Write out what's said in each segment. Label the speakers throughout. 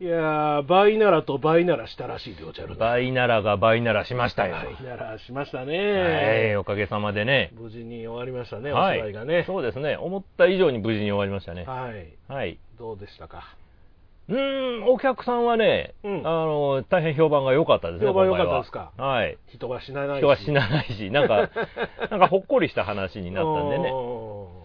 Speaker 1: いやー、倍ならと倍ならしたらしいでおじゃるね。
Speaker 2: 倍ならが倍ならしましたよ。
Speaker 1: 倍ならしました
Speaker 2: はい、
Speaker 1: ね。
Speaker 2: おかげさまでね。
Speaker 1: 無事に終わりましたね、お
Speaker 2: は
Speaker 1: 芝居がね。
Speaker 2: そうですね。思った以上に無事に終わりましたね。
Speaker 1: はい。
Speaker 2: はい。
Speaker 1: どうでしたか。
Speaker 2: うーん、お客さんはね、
Speaker 1: うん
Speaker 2: あの、大変評判が良かったですね。
Speaker 1: 評判
Speaker 2: 今回は
Speaker 1: 良かったですか
Speaker 2: はい。
Speaker 1: 人は死なないし。
Speaker 2: 人は死なないし、なん か、なんかほっこりした話になったんでね。
Speaker 1: う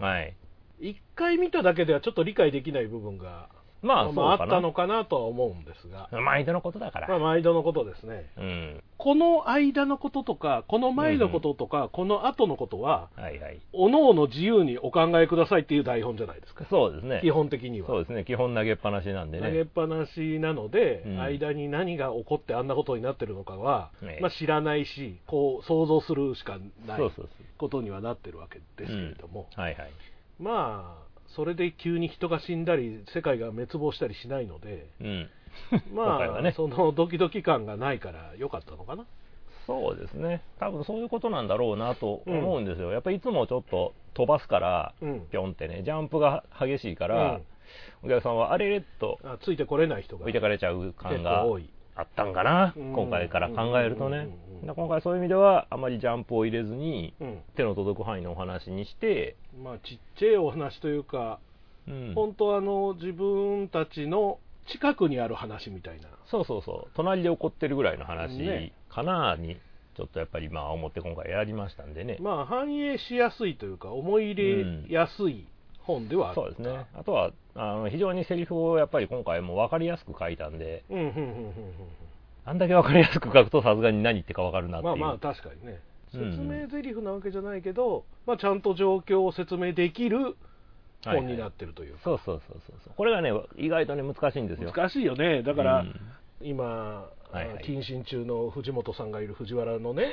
Speaker 1: ん
Speaker 2: はい。
Speaker 1: 一回見ただけではちょっと理解できない部分が、
Speaker 2: まあ、そう
Speaker 1: あ、あ
Speaker 2: か
Speaker 1: った
Speaker 2: な。
Speaker 1: のかなとは思うんですが、
Speaker 2: 毎度のことだから。
Speaker 1: まあ、毎度のことですね。
Speaker 2: うん。
Speaker 1: この間のこととか、この前のこととか、この後のことは、
Speaker 2: はいはい。
Speaker 1: おのおの自由にお考えくださいっていう台本じゃないですか、
Speaker 2: そうですね。
Speaker 1: 基本的には。
Speaker 2: そうですね。基本投げっぱなしなんで
Speaker 1: 投げっ
Speaker 2: ね。
Speaker 1: ぱなしなので、
Speaker 2: うん
Speaker 1: 間に何が起こってあんなことになってるのかは、
Speaker 2: ええ
Speaker 1: まあ、知らないし、こう想像するしかない
Speaker 2: そうそう
Speaker 1: ことにはなってるわけですけれども、
Speaker 2: そう。はいはい。
Speaker 1: まあ、それで急に人が死んだり、世界が滅亡したりしないので、
Speaker 2: うん。今
Speaker 1: ま
Speaker 2: 回は
Speaker 1: あ、
Speaker 2: ね
Speaker 1: そのドキドキ感がないから良かったのかな。
Speaker 2: そうですね。多分そういうことなんだろうなと思うんですよ。やっぱりいつもちょっと飛ばすから、
Speaker 1: うん
Speaker 2: ぴょんってね、ジャンプが激しいから、
Speaker 1: うん
Speaker 2: お客さんはあれれっと
Speaker 1: あついてこれない人が
Speaker 2: 置いてかれちゃう感
Speaker 1: 結
Speaker 2: が
Speaker 1: 構多い。
Speaker 2: あったんかな、
Speaker 1: うん
Speaker 2: 今回から考えると
Speaker 1: うん
Speaker 2: ね
Speaker 1: うんうんう。ん
Speaker 2: だから今回そういう意味では、あまりジャンプを入れずに、
Speaker 1: うん
Speaker 2: 手の届く範囲のお話にして、
Speaker 1: まあ、ちっちゃいお話というか、
Speaker 2: うん
Speaker 1: 本当あの、自分たちの近くにある話みたいな。
Speaker 2: そうそうそう、隣で起こってるぐらいの話
Speaker 1: ね
Speaker 2: かなに、ちょっとやっぱりまあ思って今回やりましたんでね。
Speaker 1: まあ、反映しやすいというか、思い入れやすい本ではあった、
Speaker 2: そうですね。あとは、あの非常にセリフをやっぱり今回も分かりやすく書いたんで、
Speaker 1: うんうんうんうんうん
Speaker 2: あんだけ分かりやすく書くとさすがに何言ってか分かるな
Speaker 1: う
Speaker 2: っ
Speaker 1: ん
Speaker 2: てい
Speaker 1: まあ
Speaker 2: う。
Speaker 1: まあ、確かにね、
Speaker 2: う
Speaker 1: 説
Speaker 2: ん
Speaker 1: 明台詞なわけじゃないけど、まあ、ちゃんと状況を説明できる
Speaker 2: はいはい
Speaker 1: 本になってるというか、
Speaker 2: そうそうそうそうそう。これがね、意外とね、難しいんですよ。
Speaker 1: 難しいよね、だから、
Speaker 2: うん
Speaker 1: 今、
Speaker 2: はいはい
Speaker 1: 謹慎中の藤本さんがいる藤原のね、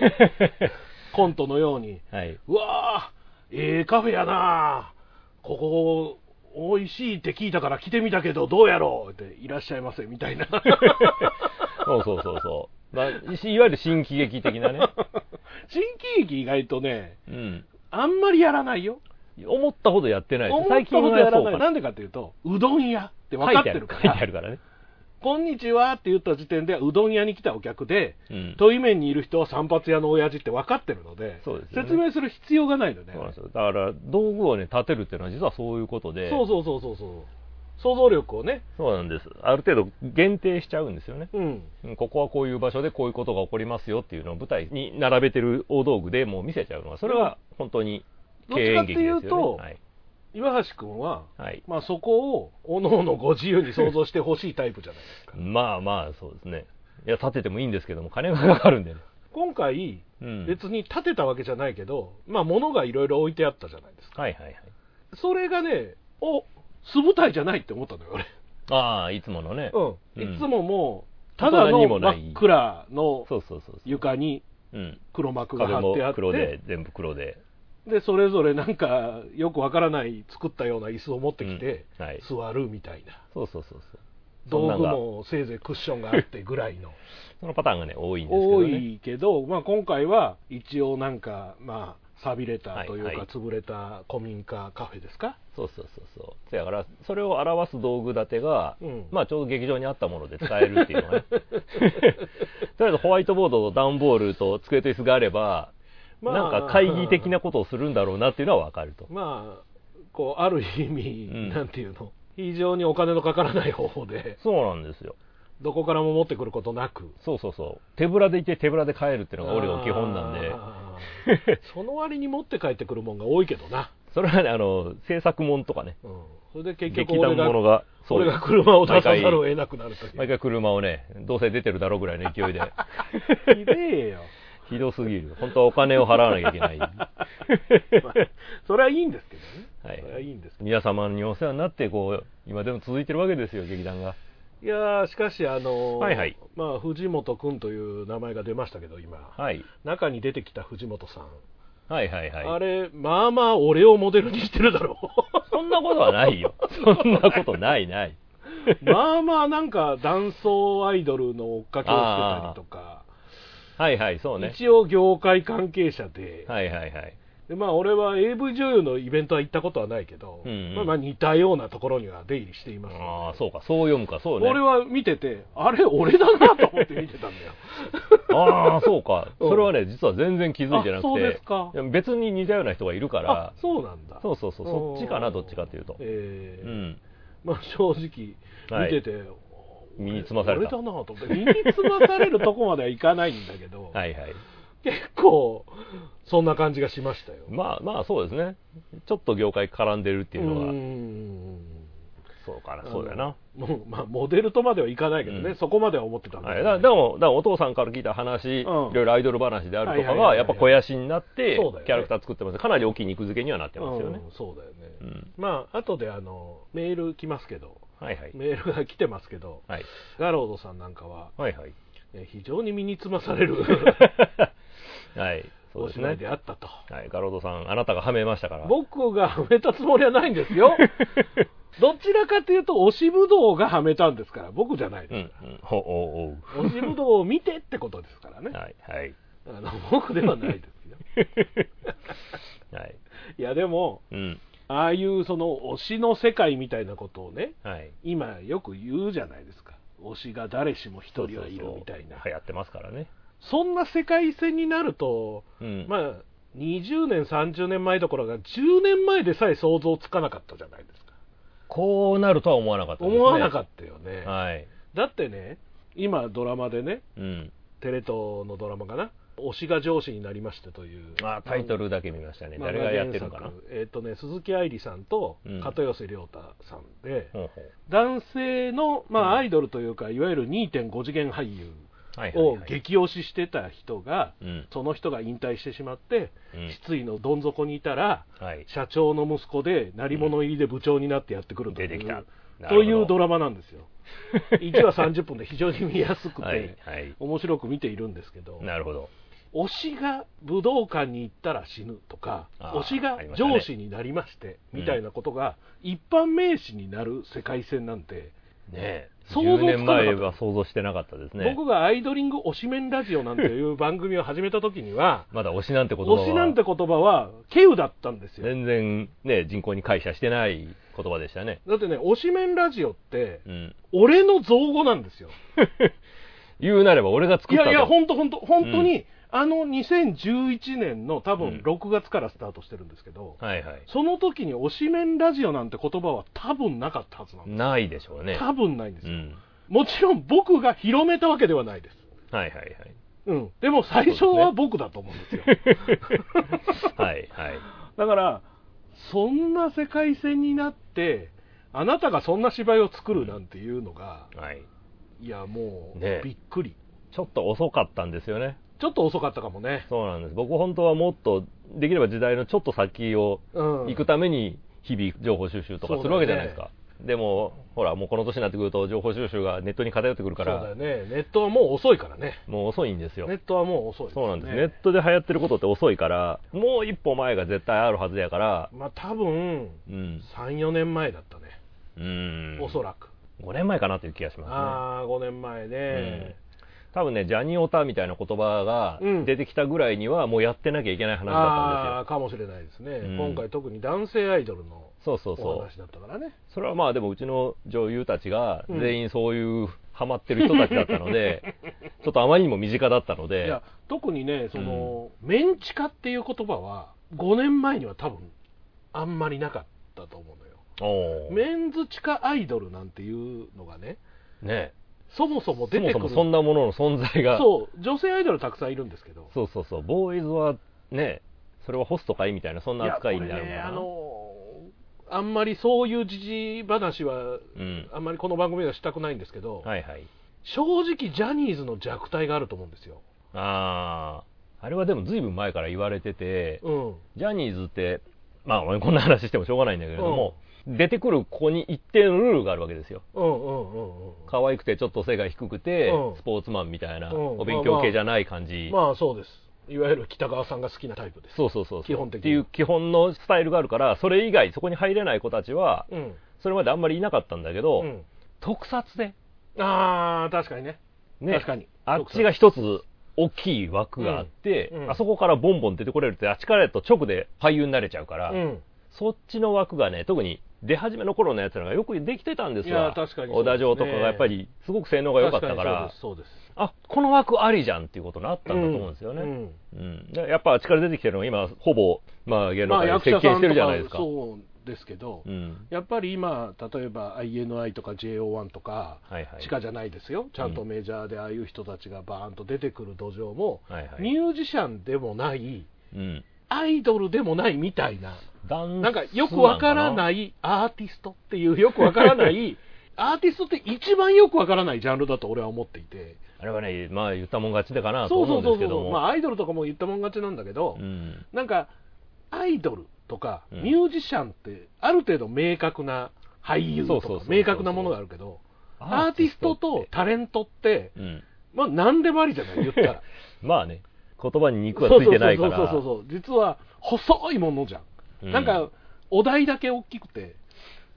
Speaker 1: コントのように、
Speaker 2: はい。
Speaker 1: うわー、ええカフェやなー、ここ、美味しいって聞いたから来てみたけど、どうやろうって、いらっしゃいませみたいな、
Speaker 2: そうそうそうそう。まあ、しいわゆる新喜劇的なね。
Speaker 1: 新喜劇、意外とね、
Speaker 2: うん。
Speaker 1: あんまりやらないよ、
Speaker 2: 思ったほどやってないです
Speaker 1: 思
Speaker 2: ね。
Speaker 1: った
Speaker 2: 最近
Speaker 1: ほど
Speaker 2: は
Speaker 1: やら
Speaker 2: そう
Speaker 1: な
Speaker 2: か
Speaker 1: い、
Speaker 2: な。
Speaker 1: なんでかっていうと、うどん屋って分
Speaker 2: 書
Speaker 1: か
Speaker 2: い
Speaker 1: って
Speaker 2: あ
Speaker 1: るか
Speaker 2: 書いてあ
Speaker 1: ら、
Speaker 2: るからね。
Speaker 1: こんにちはって言った時点で、うどん屋に来たお客で、
Speaker 2: うん。
Speaker 1: 遠い面にいる人は散髪屋の親父って分かってるので、
Speaker 2: そうですよね
Speaker 1: 説明する必要がないのね
Speaker 2: そうなんですよ。だから、道具をね、立てるっていうのは実はそういうことで。
Speaker 1: そうそうそうそうそう、想像力をね、
Speaker 2: そうなんです。ある程度限定しちゃうんですよね。
Speaker 1: うん、
Speaker 2: うんここはこういう場所でこういうことが起こりますよっていうのを舞台に並べてる大道具でもう見せちゃうのは、それは本当に
Speaker 1: どっ
Speaker 2: 経
Speaker 1: ちかっ
Speaker 2: 営
Speaker 1: て
Speaker 2: 劇です
Speaker 1: い
Speaker 2: よ
Speaker 1: う
Speaker 2: ね。
Speaker 1: と、
Speaker 2: はい。
Speaker 1: 岩橋君は、
Speaker 2: はい。。
Speaker 1: まあ、そこをおのおのご自由に想像してほしいタイプじゃないですか
Speaker 2: まあまあ、そうですね。いや、立ててもいいんですけども、金がかかるんでね。
Speaker 1: 今回、
Speaker 2: うん。
Speaker 1: 別に建てたわけじゃないけど、まあ、物がいろいろ置いてあったじゃないですか。
Speaker 2: はいはいはい。
Speaker 1: それがね、お素舞台じゃないって思ったのよ、俺。
Speaker 2: ああ、いつものね。
Speaker 1: うん。
Speaker 2: うん
Speaker 1: いつももう、
Speaker 2: た
Speaker 1: た
Speaker 2: だ
Speaker 1: だ
Speaker 2: 何
Speaker 1: の
Speaker 2: もない
Speaker 1: 真っ暗の
Speaker 2: そうそうそうそ
Speaker 1: 床に
Speaker 2: う。うん。
Speaker 1: 黒幕が
Speaker 2: 壁
Speaker 1: 張っ
Speaker 2: も
Speaker 1: てあっ
Speaker 2: 黒
Speaker 1: て
Speaker 2: で、、全部黒で。
Speaker 1: で、それぞれなんか、よくわからない作ったような椅子を持ってきて、
Speaker 2: うんはい
Speaker 1: 座るみたいな。
Speaker 2: そうそうそうそう。そん
Speaker 1: 道
Speaker 2: なん
Speaker 1: 具
Speaker 2: が
Speaker 1: もせいぜいクッションがあってぐらいの。
Speaker 2: そのパターンがね、多いんですけど
Speaker 1: 多
Speaker 2: ね。
Speaker 1: いけど、まあ、今回は一応なんか、まあ、寂れたというか、
Speaker 2: はいはい
Speaker 1: 潰れた古民家カフェですか、
Speaker 2: そうそうそうそう。せやから、それを表す道具立てが、
Speaker 1: うん
Speaker 2: まあちょうど劇場にあったもので使えるっていうの はね。とりあえずホワイトボードと段ボールと机と椅子があれば、
Speaker 1: まあ
Speaker 2: なんか会議的なことをするんだろうなっていうのはわかると。
Speaker 1: まあ、こうある意味、
Speaker 2: うん
Speaker 1: なんていうの、非常にお金のかからない方法で、
Speaker 2: そうなんですよ。
Speaker 1: どこからも持ってくることなく、
Speaker 2: そうそうそう。手ぶらで行って手ぶらで帰るっていうのが俺の基本なんで、
Speaker 1: あ ーその割に持って帰ってくるもんが多いけどな、
Speaker 2: それはね、あの、制作物とかね、
Speaker 1: うん、それで結
Speaker 2: 劇
Speaker 1: 局俺が
Speaker 2: 団物が、そう
Speaker 1: 俺が車を出さざるを得なくなるとい
Speaker 2: 毎
Speaker 1: う、
Speaker 2: 回車をね、どうせ出てるだろうぐらいの勢いで、
Speaker 1: ひでえよ、
Speaker 2: ひどすぎる。本当はお金を払わなきゃいけない。
Speaker 1: まあそれはいいんですけどね、
Speaker 2: はい
Speaker 1: それはいいんですけど
Speaker 2: 皆様にお世話になって、こう、今でも続いてるわけですよ、劇団が。
Speaker 1: いやーしかし、あのー
Speaker 2: はいはい
Speaker 1: まあ、藤本君という名前が出ましたけど、今、
Speaker 2: はい。
Speaker 1: 中に出てきた藤本さん、
Speaker 2: はいはいはい。
Speaker 1: あれ、まあまあ、俺をモデルにしてるだろ
Speaker 2: そんなことはな いよ。そんなことないない。
Speaker 1: う、まあまあ、なんか、男装アイドルの追っかけをしてたりとか、
Speaker 2: はいはい、そうね。
Speaker 1: 一応、業界関係者で、
Speaker 2: はいはいはい。
Speaker 1: でまあ、俺は AV 女優のイベントは行ったことはないけど、
Speaker 2: うんうん
Speaker 1: まあ、まあ似たようなところには出入りしていますので
Speaker 2: ああ、そうか、そう読むか、そうね。
Speaker 1: 俺は見てて、あれ、俺だなと思って見てたんだよ。
Speaker 2: ああ、そうか。
Speaker 1: うん
Speaker 2: それはね、実は全然気づいてなくて。
Speaker 1: あそうですか
Speaker 2: いや別に似たような人がいるから
Speaker 1: あ、そうなんだ。
Speaker 2: そうそうそう、そっちか
Speaker 1: う
Speaker 2: な、
Speaker 1: ん
Speaker 2: どっちかっていうと。
Speaker 1: え
Speaker 2: う
Speaker 1: ー
Speaker 2: ん。
Speaker 1: まあ、正直、
Speaker 2: はい
Speaker 1: 見てて、
Speaker 2: 身につまされた
Speaker 1: 俺だなと思って、身につまされるとこまではいかないんだけど、
Speaker 2: はいはい。
Speaker 1: 結構、そんな感じがしましたよ。
Speaker 2: まあまあ、そうですね。ちょっと業界絡んでるっていうの
Speaker 1: うー
Speaker 2: は、
Speaker 1: ん
Speaker 2: そうかな、そうだよな。
Speaker 1: あのもうまあ、モデルとまではいかないけどね、
Speaker 2: うん
Speaker 1: そこまでは思ってたんだ
Speaker 2: は
Speaker 1: け
Speaker 2: い、
Speaker 1: ど、
Speaker 2: だでもだからお父さんから聞いた話、いろいろアイドル話である
Speaker 1: はいは
Speaker 2: とか
Speaker 1: いはいは
Speaker 2: が、
Speaker 1: い
Speaker 2: やっぱ肥やしになって
Speaker 1: そうだよ、ね
Speaker 2: キャラクター作ってます、かなり大きい肉付けにはなってますよね
Speaker 1: う。んそうだよね。
Speaker 2: うん
Speaker 1: まあ、後であのメール来ますけど、
Speaker 2: はいはい。
Speaker 1: メールが来てますけど、
Speaker 2: はい
Speaker 1: ガロードさんなんかは、
Speaker 2: はいはい。
Speaker 1: え非常に身につまされ る
Speaker 2: はい、そう
Speaker 1: お
Speaker 2: です
Speaker 1: 芝
Speaker 2: ね
Speaker 1: 居。であったと。
Speaker 2: はい、ガロードさん、あなたがはめましたから。
Speaker 1: 僕がはめたつもりはないんです よ。どちらかというと、押しぶどうがはめたんですから、僕じゃない
Speaker 2: うん、う
Speaker 1: ですか
Speaker 2: ん、ほおうおう。
Speaker 1: ら。押しぶどうを見てってことですからね。
Speaker 2: はい、はい、
Speaker 1: あの僕ではないですよ。
Speaker 2: はい。
Speaker 1: いや、でも、
Speaker 2: うん、
Speaker 1: ああいうその推しの世界みたいなことをね、
Speaker 2: はい。
Speaker 1: 今よく言うじゃないですか。推しが誰しも一人はいるみたいな。
Speaker 2: そうそうそう流行ってますからね。
Speaker 1: そんな世界線になると、
Speaker 2: うん。
Speaker 1: まあ、20年、30年前どころか、10年前でさえ想像つかなかったじゃないですか。
Speaker 2: こうなるとは思わなかったですね。
Speaker 1: 思わなかったよね。
Speaker 2: はい。
Speaker 1: だってね、今、ドラマでね、
Speaker 2: うん。
Speaker 1: テレ東のドラマかな、推しが上司になりましてという、
Speaker 2: あ、タイトルだけ見ましたね。
Speaker 1: 漫画
Speaker 2: 誰がやってるのかな
Speaker 1: 原。作えっ、とね、鈴木愛理さんと
Speaker 2: うん
Speaker 1: 片寄涼太さんで、
Speaker 2: ほうほう
Speaker 1: 男性の、ま
Speaker 2: うん
Speaker 1: あ、アイドルというか、いわゆる2.5次元俳優
Speaker 2: はいはい
Speaker 1: を
Speaker 2: はい。
Speaker 1: 激推ししてた人が、
Speaker 2: うん。
Speaker 1: その人が引退してしまって、
Speaker 2: うん
Speaker 1: 失意のどん底にいたら、
Speaker 2: はい。
Speaker 1: 社長の息子で、鳴り物入りで部長になってやってくるという、
Speaker 2: 出てきた。
Speaker 1: というド
Speaker 2: ラ
Speaker 1: ラマなんです よ。1話30分で非常に見やすくて、
Speaker 2: はい、はい。
Speaker 1: 面白く見ているんですけど、
Speaker 2: なるほど。
Speaker 1: 推しが武道館に行ったら死ぬとか、
Speaker 2: あー
Speaker 1: 推しが
Speaker 2: ありましたね
Speaker 1: 上司になりましてみたいなことが、一般名詞になる世界線なんて、
Speaker 2: ねえ。
Speaker 1: 想像つか
Speaker 2: 10
Speaker 1: なかった
Speaker 2: 年前は想像してなかったですね。、
Speaker 1: 僕がアイドリング推しメンラジオなんていう番組を始めた時には
Speaker 2: まだ推しなんて言葉は
Speaker 1: 推しなんて言葉は、稀有だったんですよ。
Speaker 2: 全然ね、人口に解釈してない言葉でしたね。
Speaker 1: だってね、推しメンラジオって、
Speaker 2: うん。
Speaker 1: 俺の造語なんですよ。
Speaker 2: 言うなれば俺が作
Speaker 1: い
Speaker 2: った
Speaker 1: や
Speaker 2: と
Speaker 1: いや、本当本当本当
Speaker 2: う
Speaker 1: に、あの2011年の多
Speaker 2: う
Speaker 1: 分
Speaker 2: ん
Speaker 1: 6月からスタートしてるんですけど、
Speaker 2: はいはい。
Speaker 1: その時に推しメンラジオなんて言葉は多分なかったはずなんです。
Speaker 2: ないでしょうね。
Speaker 1: 多分ないんです
Speaker 2: う
Speaker 1: よ、
Speaker 2: ん。
Speaker 1: もちろん僕が広めたわけではないです。
Speaker 2: はいはい
Speaker 1: うん。でも最初は僕だと思うんですよ。
Speaker 2: はい。はいはい。
Speaker 1: だから、そんな世界線になって、あなたがそんな芝居を作るなんていうのが、
Speaker 2: はい。
Speaker 1: いや、もう、
Speaker 2: ねえ
Speaker 1: びっくり。
Speaker 2: ちょっと遅かったんですよね。
Speaker 1: ちょっと遅かったかもね。
Speaker 2: そうなんです。僕本当はもっと、できれば時代のちょっと先を
Speaker 1: うん。
Speaker 2: 行くために、日々情報収集とかするわけじゃないですか。でも、ほら、もうこの年になってくると、情報収集がネットに偏ってくるか
Speaker 1: そ
Speaker 2: ら
Speaker 1: う、だよね。ネットはもう遅いからね。
Speaker 2: もう遅いんですよ。
Speaker 1: ネットはもう遅い、
Speaker 2: そうなんです。ネットで流行ってることって遅いから、もう一歩前が絶対あるはずやから、
Speaker 1: まあ多分、
Speaker 2: うん。
Speaker 1: 3、4年前だったね。
Speaker 2: うん。
Speaker 1: おそらく。
Speaker 2: 5年前かなという気がしま
Speaker 1: ああ、5年前
Speaker 2: すね。
Speaker 1: ね。
Speaker 2: うん多分ね、ジャニオタみたいな言葉が
Speaker 1: うん
Speaker 2: 出てきたぐらいには、もうやってなきゃいけない話だった
Speaker 1: あ
Speaker 2: ん
Speaker 1: あー、かもしれないですね、
Speaker 2: うん
Speaker 1: 今回特に男性アイドルの
Speaker 2: ですよ。そうそう
Speaker 1: お
Speaker 2: そう。
Speaker 1: 話だったからね。
Speaker 2: それはまあでもうちの女優たちが
Speaker 1: うん
Speaker 2: 全員そういうハマってる人たちだった ので、ちょっとあまりにも身近だったの
Speaker 1: い
Speaker 2: で
Speaker 1: や、特にね、その、メンチカっていう言葉は、5年前には多分、あんまりなかったと思うのよ。
Speaker 2: おーね
Speaker 1: メンズ地下アイドルなんていうのがね、そもそも
Speaker 2: そ
Speaker 1: 出
Speaker 2: も
Speaker 1: て
Speaker 2: そ
Speaker 1: く
Speaker 2: も
Speaker 1: る。
Speaker 2: そんなものの存在が、
Speaker 1: そう、女性アイドルたくさんいるんですけど、
Speaker 2: そうそうそう、ボーイズはね、それはホストかいみたいな、そん
Speaker 1: い
Speaker 2: な
Speaker 1: やこ
Speaker 2: 扱い
Speaker 1: れ
Speaker 2: になるの
Speaker 1: ね、あ
Speaker 2: かな。
Speaker 1: のあんまりそういう時事話は、
Speaker 2: うん
Speaker 1: あんまりこの番組ではしたくないんですけど、
Speaker 2: はいはい。
Speaker 1: 正直、ジャニーズの弱体があると思うんですよ。
Speaker 2: ああ、あれはでもずいぶん前から言われてて、
Speaker 1: うん、
Speaker 2: ジャニーズって、まあ俺こんな話してもしょうがないんだけれども、出てくる子に一定のルールがあるわけですよ。
Speaker 1: うん、うん、うん、うん。
Speaker 2: 可愛くてちょっと背が低くて、
Speaker 1: うん
Speaker 2: スポーツマンみたいな、
Speaker 1: うん
Speaker 2: お勉強系じゃない感じ、
Speaker 1: まあそうです。いわゆる北川さんが好きなタイプです。
Speaker 2: そうそうそうそう
Speaker 1: 基本的に
Speaker 2: っていう基本のスタイルがあるからそれ以外そこに入れない子たちは
Speaker 1: うん。
Speaker 2: それまであんまりいなかったんだけど、
Speaker 1: うん
Speaker 2: 特撮で、
Speaker 1: ああ、確かにね。
Speaker 2: ね、
Speaker 1: 確かに
Speaker 2: あっちが一つ大きい枠があって、
Speaker 1: うんうん
Speaker 2: あそこからボンボン出てこれるって、あっちからやと直で俳優になれちゃうから、
Speaker 1: うん
Speaker 2: そっちの枠がね、特に出始めの頃のやつらがよくできてたんです
Speaker 1: い
Speaker 2: わ
Speaker 1: や確かにそう
Speaker 2: 小田城とかがやっぱりすごく性能が良かったから
Speaker 1: 確そうです
Speaker 2: あこの枠ありじゃんっていうことになった
Speaker 1: そう
Speaker 2: ん
Speaker 1: です
Speaker 2: だと思うんですよね、
Speaker 1: う
Speaker 2: うん
Speaker 1: ん
Speaker 2: でやっぱあっちから出てきてるのが今ほぼ、まあ、芸能
Speaker 1: まあ
Speaker 2: 界で
Speaker 1: 役
Speaker 2: 設
Speaker 1: 者
Speaker 2: 計
Speaker 1: さ
Speaker 2: し
Speaker 1: ん
Speaker 2: て
Speaker 1: と
Speaker 2: るじゃ
Speaker 1: か
Speaker 2: ないですか,、
Speaker 1: そうですけど、
Speaker 2: うん
Speaker 1: やっぱり今例えば INI とか JO1 とか
Speaker 2: はいはい
Speaker 1: 地下じゃないですよ、ちゃんとメジャーでああいう人たちがバーンと出てくる土壌も、
Speaker 2: はいはい
Speaker 1: ミュージシャンでもない
Speaker 2: うん、
Speaker 1: アイドルでもないみたいな
Speaker 2: ダンス
Speaker 1: なんかよくわから
Speaker 2: い
Speaker 1: ないアーティストっていうよくわからない アーティストって一番よくわからないジャンルだと俺は思っていて
Speaker 2: あれはねまあ言ったもん勝ちだかなと
Speaker 1: そう
Speaker 2: 思
Speaker 1: そううんそう
Speaker 2: ですけど
Speaker 1: そう、
Speaker 2: も
Speaker 1: まあ、アイドルとかも言ったもん勝ちなんだけど、
Speaker 2: うん
Speaker 1: なんかアイドルとか
Speaker 2: うん
Speaker 1: ミュージシャンってある程度明確な俳優とか
Speaker 2: そうそうそうそう
Speaker 1: 明確なものがあるけどアーティストとタレントって、
Speaker 2: うん、
Speaker 1: まあ、何でもありじゃない言った ら
Speaker 2: まあね言葉に肉はついてないから
Speaker 1: そうそうそうそうそう実は細いものじゃん、
Speaker 2: うん
Speaker 1: なんかお題だけ大きくて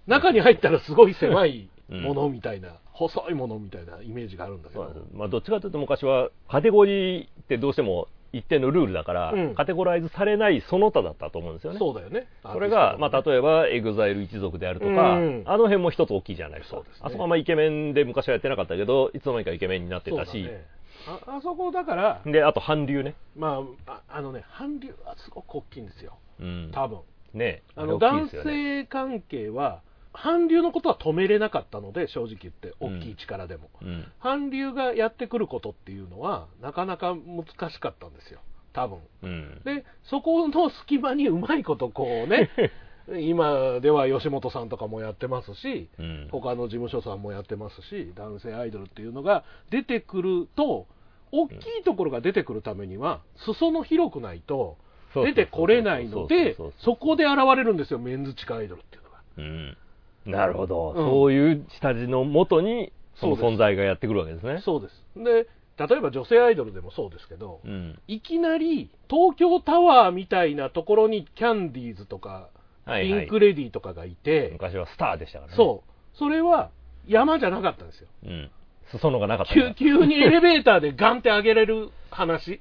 Speaker 1: 中に入ったらすごい狭いものみたいな、細いものみたいなイメージがあるんだけ
Speaker 2: そう
Speaker 1: ど
Speaker 2: なんですまあ、どっちかというと昔はカテゴリーってどうしても一定のルールだから、
Speaker 1: うん
Speaker 2: カテゴライズされないその他だったと思うんですよね
Speaker 1: そうだよね
Speaker 2: それが、まあ、
Speaker 1: え
Speaker 2: 例えば、エグザイル一族であるとか、
Speaker 1: うん
Speaker 2: あの辺も一つ大きいじゃないですか。
Speaker 1: そうですね
Speaker 2: あそこはまあイケメンで昔はやってなかったけど、いつの間にかイケメンになってたし、
Speaker 1: ああそこだから
Speaker 2: で、あと韓流ね。
Speaker 1: まあ、ああのね、韓流はすごく大きいんですよ、
Speaker 2: うん。
Speaker 1: 多分
Speaker 2: ね
Speaker 1: あの
Speaker 2: れ大きい
Speaker 1: 男
Speaker 2: ですよね
Speaker 1: 性関係は、韓流のことは止めれなかったので、正直言って、大きい力でも、
Speaker 2: うん。
Speaker 1: 韓流がやってくることっていうのは、なかなか難しかったんですよ、多分
Speaker 2: うん。
Speaker 1: で、そこの隙間にうまいこと、こう ね、今では吉本さんとかもやってますし、
Speaker 2: うん
Speaker 1: 他の事務所さんもやってますし、男性アイドルっていうのが出てくると、大きいところが出てくるためには、裾の広くないと
Speaker 2: そう
Speaker 1: 出
Speaker 2: そうそう
Speaker 1: てこれないので
Speaker 2: そうそう、そう
Speaker 1: そこで現れるんですよ、メンズ地下アイドルっていうのが。
Speaker 2: うん。なるほど、
Speaker 1: うん
Speaker 2: そういう下地のもとに、その
Speaker 1: そうです
Speaker 2: 存在がやってくるわけですね。
Speaker 1: そうです。で、例えば女性アイドルでもそうですけど、
Speaker 2: うん。
Speaker 1: いきなり東京タワーみたいなところにキャンディーズとか、
Speaker 2: はい
Speaker 1: ピ
Speaker 2: はい
Speaker 1: ンクレディーとかがいて、
Speaker 2: 昔はスターでしたからね。
Speaker 1: そう、それは山じゃなかったんですよ。
Speaker 2: う。うん。裾野がなかったから
Speaker 1: 急急にエレベーターでガンって上げれる話。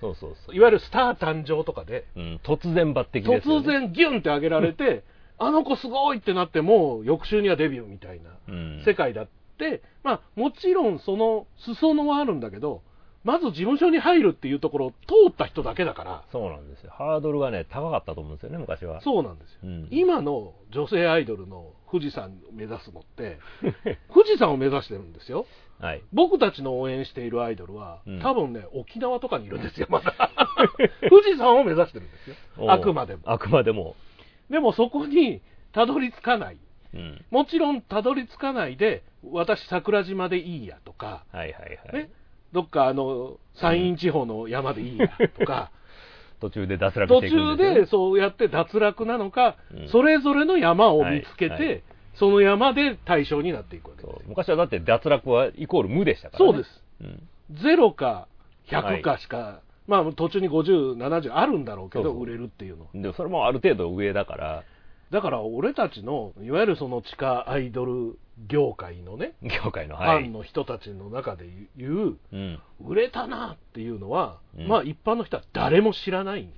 Speaker 2: そうそうそう。
Speaker 1: いわゆるスター誕生とかで、
Speaker 2: うん、突然抜擢ですよ、ね。
Speaker 1: 突。然ギュンって上げられて、あの子すごいってなって、もう翌週にはデビューみたいな
Speaker 2: うん。
Speaker 1: 世界だって、まあ、もちろんその裾野はあるんだけど、まず事務所に入るっていうところを通った人だけだから、
Speaker 2: そうなんですよ。ハードルがね、高かったと思うんですよね、昔は。
Speaker 1: そうなんですよ、
Speaker 2: うん
Speaker 1: 今の女性アイドルの富士山を目指すの って、富士山を目指してるんですよ、
Speaker 2: はい。
Speaker 1: 僕たちの応援しているアイドルは、
Speaker 2: うん
Speaker 1: 多分ね、沖縄とかにいるんですよ、まだ、 富士山を目指してるんですよ、あくまでも。
Speaker 2: あくまでも。
Speaker 1: でもそこにたどり着かない、
Speaker 2: うん。
Speaker 1: もちろんたどり着かないで、私、桜島でいいやとか、
Speaker 2: はいはいはい。
Speaker 1: ね、どっかあの山陰地方の山でいいやとか、
Speaker 2: 途中で脱落
Speaker 1: 途
Speaker 2: していく
Speaker 1: 中
Speaker 2: んですよね
Speaker 1: でそうやって脱落なのか、
Speaker 2: うん
Speaker 1: それぞれの山を見つけて、
Speaker 2: はいはい
Speaker 1: その山で対象になっていくわけです
Speaker 2: そ
Speaker 1: よ
Speaker 2: う昔はだって脱落はイコール無でしたから、ね。
Speaker 1: そうです。
Speaker 2: うん。
Speaker 1: 0か100かしか、まあ、途中に50、70あるんだろうけど、
Speaker 2: そうそう
Speaker 1: 売れるっていうのは。
Speaker 2: でもそれもある程度上だから、
Speaker 1: だから俺たちのいわゆるその地下アイドル業界のね、
Speaker 2: 業界の、
Speaker 1: フ
Speaker 2: は
Speaker 1: ァン
Speaker 2: い。
Speaker 1: の人たちの中で言う、
Speaker 2: うん。
Speaker 1: 売れたなっていうのは、
Speaker 2: うん
Speaker 1: まあ一般の人は誰も知らないん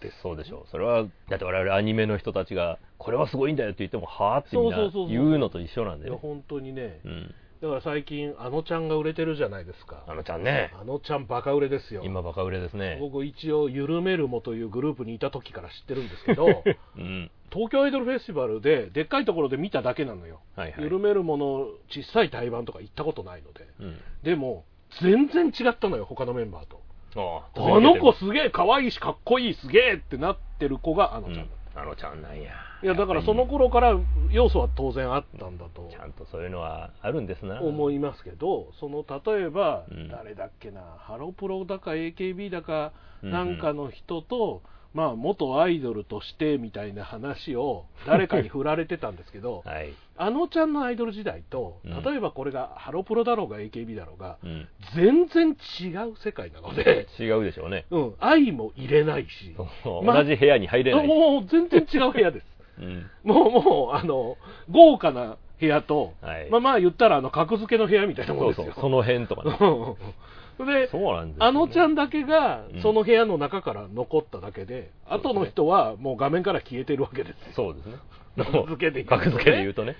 Speaker 1: ですよ
Speaker 2: そうでしょう。それは、だって我々アニメの人たちが、これはすごいんだよって言っても、はあってみんな
Speaker 1: そうそうそうそう
Speaker 2: 言うのと一緒なんだ
Speaker 1: いや
Speaker 2: よ。
Speaker 1: 本当にね、
Speaker 2: うん。
Speaker 1: だから最近、あのちゃんが売れてるじゃないですか、
Speaker 2: あのちゃんね、
Speaker 1: あのちゃん、バカ売れですよ、
Speaker 2: 今バカ売れですね。
Speaker 1: 僕、一応、ゆるめるもというグループにいた時から知ってるんですけど、
Speaker 2: うん。
Speaker 1: 東京アイドルフェスティバルで、でっかいところで見ただけなのよ、
Speaker 2: はいはい。
Speaker 1: ゆるめるもの、小さい対バンとか行ったことないので、
Speaker 2: うん。
Speaker 1: でも、全然違ったのよ、他のメンバーと。
Speaker 2: ああ
Speaker 1: あの子すげえ可愛いしかっこいいすげえってなってる子があの
Speaker 2: う
Speaker 1: ちゃんだっ
Speaker 2: ん
Speaker 1: た、
Speaker 2: あのちゃんなんや。
Speaker 1: いやだからその頃から要素は当然あったんだと
Speaker 2: ちゃんとそういうのはあるんですな。
Speaker 1: 思いますけど、その例えば
Speaker 2: うん、
Speaker 1: 誰だっけな、ハロプロだか AKB だか
Speaker 2: うんうん
Speaker 1: なんかの人と、まあ、元アイドルとしてみたいな話を誰かに振られてたんですけ ど、
Speaker 2: はい。
Speaker 1: あのちゃんのアイドル時代と、
Speaker 2: うん
Speaker 1: 例えばこれがハロプロだろうが AKB だろうが、
Speaker 2: うん。
Speaker 1: 全然違う世界なので、
Speaker 2: 違うで しょうね。
Speaker 1: うん、愛も入れないし、
Speaker 2: そう
Speaker 1: ま
Speaker 2: 同じ部屋に入れない。
Speaker 1: もう全然違う部屋です。
Speaker 2: うん。
Speaker 1: もう、もう、あの、豪華な部屋と、
Speaker 2: はい
Speaker 1: まあまあ言ったらあの格付けの部屋みたいなも
Speaker 2: そ
Speaker 1: ん
Speaker 2: う
Speaker 1: です
Speaker 2: そ
Speaker 1: よ
Speaker 2: う、その辺と かね。
Speaker 1: うん で
Speaker 2: そうなんですよね
Speaker 1: あのちゃんだけが
Speaker 2: うん
Speaker 1: その部屋の中から残っただけで、
Speaker 2: そうですね
Speaker 1: 後の人はもう画面から消えてるわけです
Speaker 2: そうですね。
Speaker 1: 格付けで言うとね
Speaker 2: 格付けで言うとね。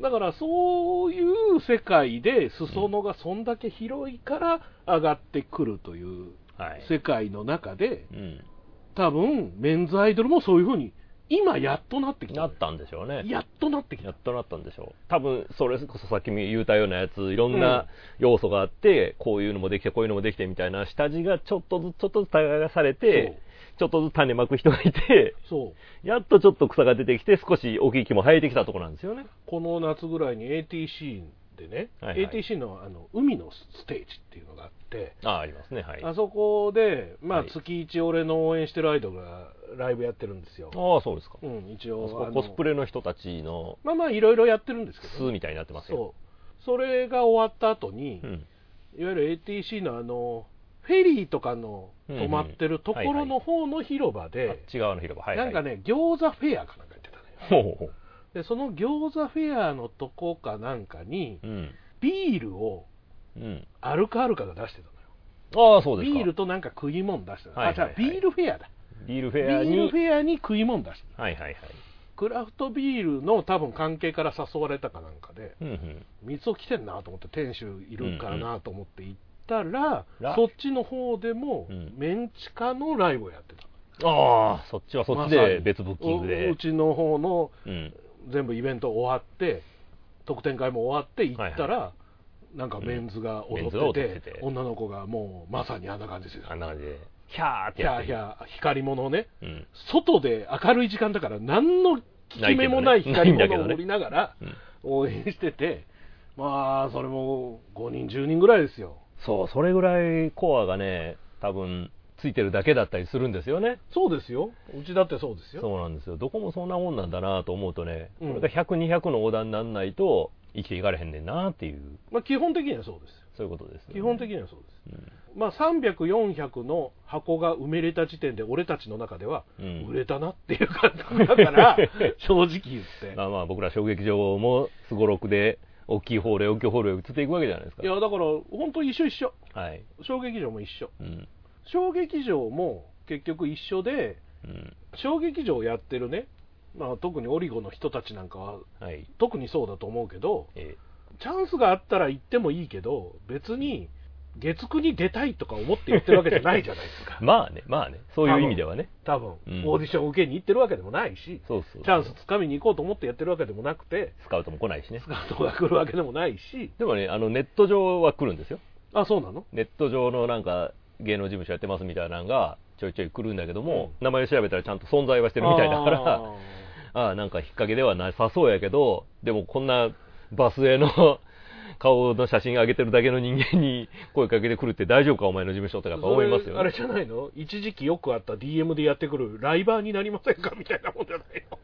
Speaker 1: だからそういう世界で裾野がそんだけ広いから上がってくるという
Speaker 2: はい。
Speaker 1: 世界の中で
Speaker 2: うん。
Speaker 1: 多分メンズアイドルもそういうふうに今やっとなってきた
Speaker 2: なったんでしょうね。
Speaker 1: やっとなってき
Speaker 2: や
Speaker 1: た
Speaker 2: っとなったんでしょう多分それこそさっき言うたようなやついろんな要素があって、こういうのもできてこういうのもできてみたいな下地がちょっとずつちょっとずつ耕されてちょっとずつ種まく人がいて
Speaker 1: そう
Speaker 2: やっとちょっと草が出てきて少し大きい木も生えてきたところなんですよね
Speaker 1: この夏ぐらいに ATC でね、
Speaker 2: はいはい
Speaker 1: ATC のあの海のステージっていうのがあって、
Speaker 2: ああありますねはいあ
Speaker 1: あそこで、まあ、
Speaker 2: はい
Speaker 1: 月一俺の応援してるアイドルがライブやってるんですよ、
Speaker 2: あそうですか、
Speaker 1: うん、一
Speaker 2: あそ
Speaker 1: 応
Speaker 2: こ
Speaker 1: あの
Speaker 2: コスプレの人たちの
Speaker 1: まあまあいろいろやってるんですけ
Speaker 2: 巣
Speaker 1: ど、
Speaker 2: みたいになってますよ
Speaker 1: そうそれが終わった後に、
Speaker 2: うん
Speaker 1: いわゆる ATC のあのフェリーとかの止まってるところの方の広場
Speaker 2: あっ
Speaker 1: で、
Speaker 2: ち側の広場はい、はい、
Speaker 1: なんかね餃子フェアかなんかやってたね
Speaker 2: ほうほうほ
Speaker 1: でその餃子フェアのとこかなんかに
Speaker 2: ううん
Speaker 1: ビールを
Speaker 2: うん
Speaker 1: アルカアルカが出してたのよ
Speaker 2: ああそうですか
Speaker 1: ビールとなんか食い物出してたの、
Speaker 2: はいはいは
Speaker 1: あ
Speaker 2: い
Speaker 1: じゃあビールフェアだ
Speaker 2: ビールフ
Speaker 1: ビ
Speaker 2: ェアに
Speaker 1: ールフェアに食い物出してた
Speaker 2: はいはいはい
Speaker 1: クラフトビールの多分関係から誘われたかなんかで
Speaker 2: うんうん
Speaker 1: 三つを来てんなと思って店主いるからなと思って行ったら、
Speaker 2: うんうん
Speaker 1: そっちの方でも
Speaker 2: うん
Speaker 1: メンチカのライブをやってた、
Speaker 2: ああ、そっちはそっち
Speaker 1: まさ
Speaker 2: で
Speaker 1: に
Speaker 2: 別ブッキング
Speaker 1: お
Speaker 2: で
Speaker 1: う。ちの方の
Speaker 2: うん。
Speaker 1: 全部イベント終わって特典会も終わって行ったら、なんかメンズが
Speaker 2: うん
Speaker 1: 踊
Speaker 2: メン
Speaker 1: っ
Speaker 2: ズが踊
Speaker 1: て
Speaker 2: って
Speaker 1: て,、
Speaker 2: て
Speaker 1: 女の子がもうまさにあんな感じですよ
Speaker 2: あんな感じで、ヒャーっ
Speaker 1: ヒ
Speaker 2: てや
Speaker 1: ャー
Speaker 2: って
Speaker 1: ヒ
Speaker 2: る。
Speaker 1: ャー光り物をね
Speaker 2: うん。
Speaker 1: 外で明るい時間だから何の効き目もない
Speaker 2: ないけ
Speaker 1: 光
Speaker 2: どね
Speaker 1: り物を盛りながら
Speaker 2: うん
Speaker 1: 応援しててまあそれも5人10人ぐらいですよ
Speaker 2: そう、それぐらいコアがね、多分、ついてるだけだったりするんですよね。
Speaker 1: そうですようちだってそうですよ
Speaker 2: そうなんですよ。どこもそんなもんなんだなと思うとね、こ
Speaker 1: うん
Speaker 2: れが100、200の横断になんないと生きていかれへんねんなっていう、
Speaker 1: まあ基本的にはそうですよ
Speaker 2: そういうことですよね、
Speaker 1: 基本的にはそうです
Speaker 2: うん
Speaker 1: まあ、300400の箱が埋めれた時点で俺たちの中では
Speaker 2: うん
Speaker 1: 売れたなっていう感覚だから 正直言って
Speaker 2: まあまあ、僕ら小劇場もすごろくで、大きいホールへ、大きいホールへ移っていくわけじゃないですか
Speaker 1: い。やだから本当一緒一緒
Speaker 2: はい。
Speaker 1: 小劇場も一緒
Speaker 2: うん。
Speaker 1: 小劇場も結局一緒で
Speaker 2: うん。
Speaker 1: 小劇場をやってるね、まあ、特にオリゴの人たちなんかは
Speaker 2: はい。
Speaker 1: 特にそうだと思うけど
Speaker 2: え
Speaker 1: チャンスがあったら行ってもいいけど別に月9に出たいとか思って言ってるわけじゃないじゃないですか
Speaker 2: ーまあね、まあね、そう いう意味ではね。
Speaker 1: 多分、
Speaker 2: うん
Speaker 1: オーディション受けに行ってるわけでもないし
Speaker 2: そうそうそう
Speaker 1: チャンスつかみに行こうと思ってやってるわけでもなくて、
Speaker 2: スカウトも来ないしね
Speaker 1: ス。カートが来るわけでもないし、
Speaker 2: でもね、あのネット上は来るんですよ。
Speaker 1: あ、そうなの
Speaker 2: ネット上のなんか芸能事務所やってますみたいなのがちょいちょい来るんだけども、名前を調べたらちゃんと存在はしてるみたいだから、あ あー、なんか引っ掛けではなさそうやけど、でもこんなバスへの 顔の写真上げてるだけの人間に声かけてくるって大丈夫かお前の事務所とかやっぱ思います
Speaker 1: そ
Speaker 2: よ
Speaker 1: れあれ
Speaker 2: ね。
Speaker 1: じゃないの一時期よくあった DM でやってくるライバーになりませんかみたいなもんじゃないの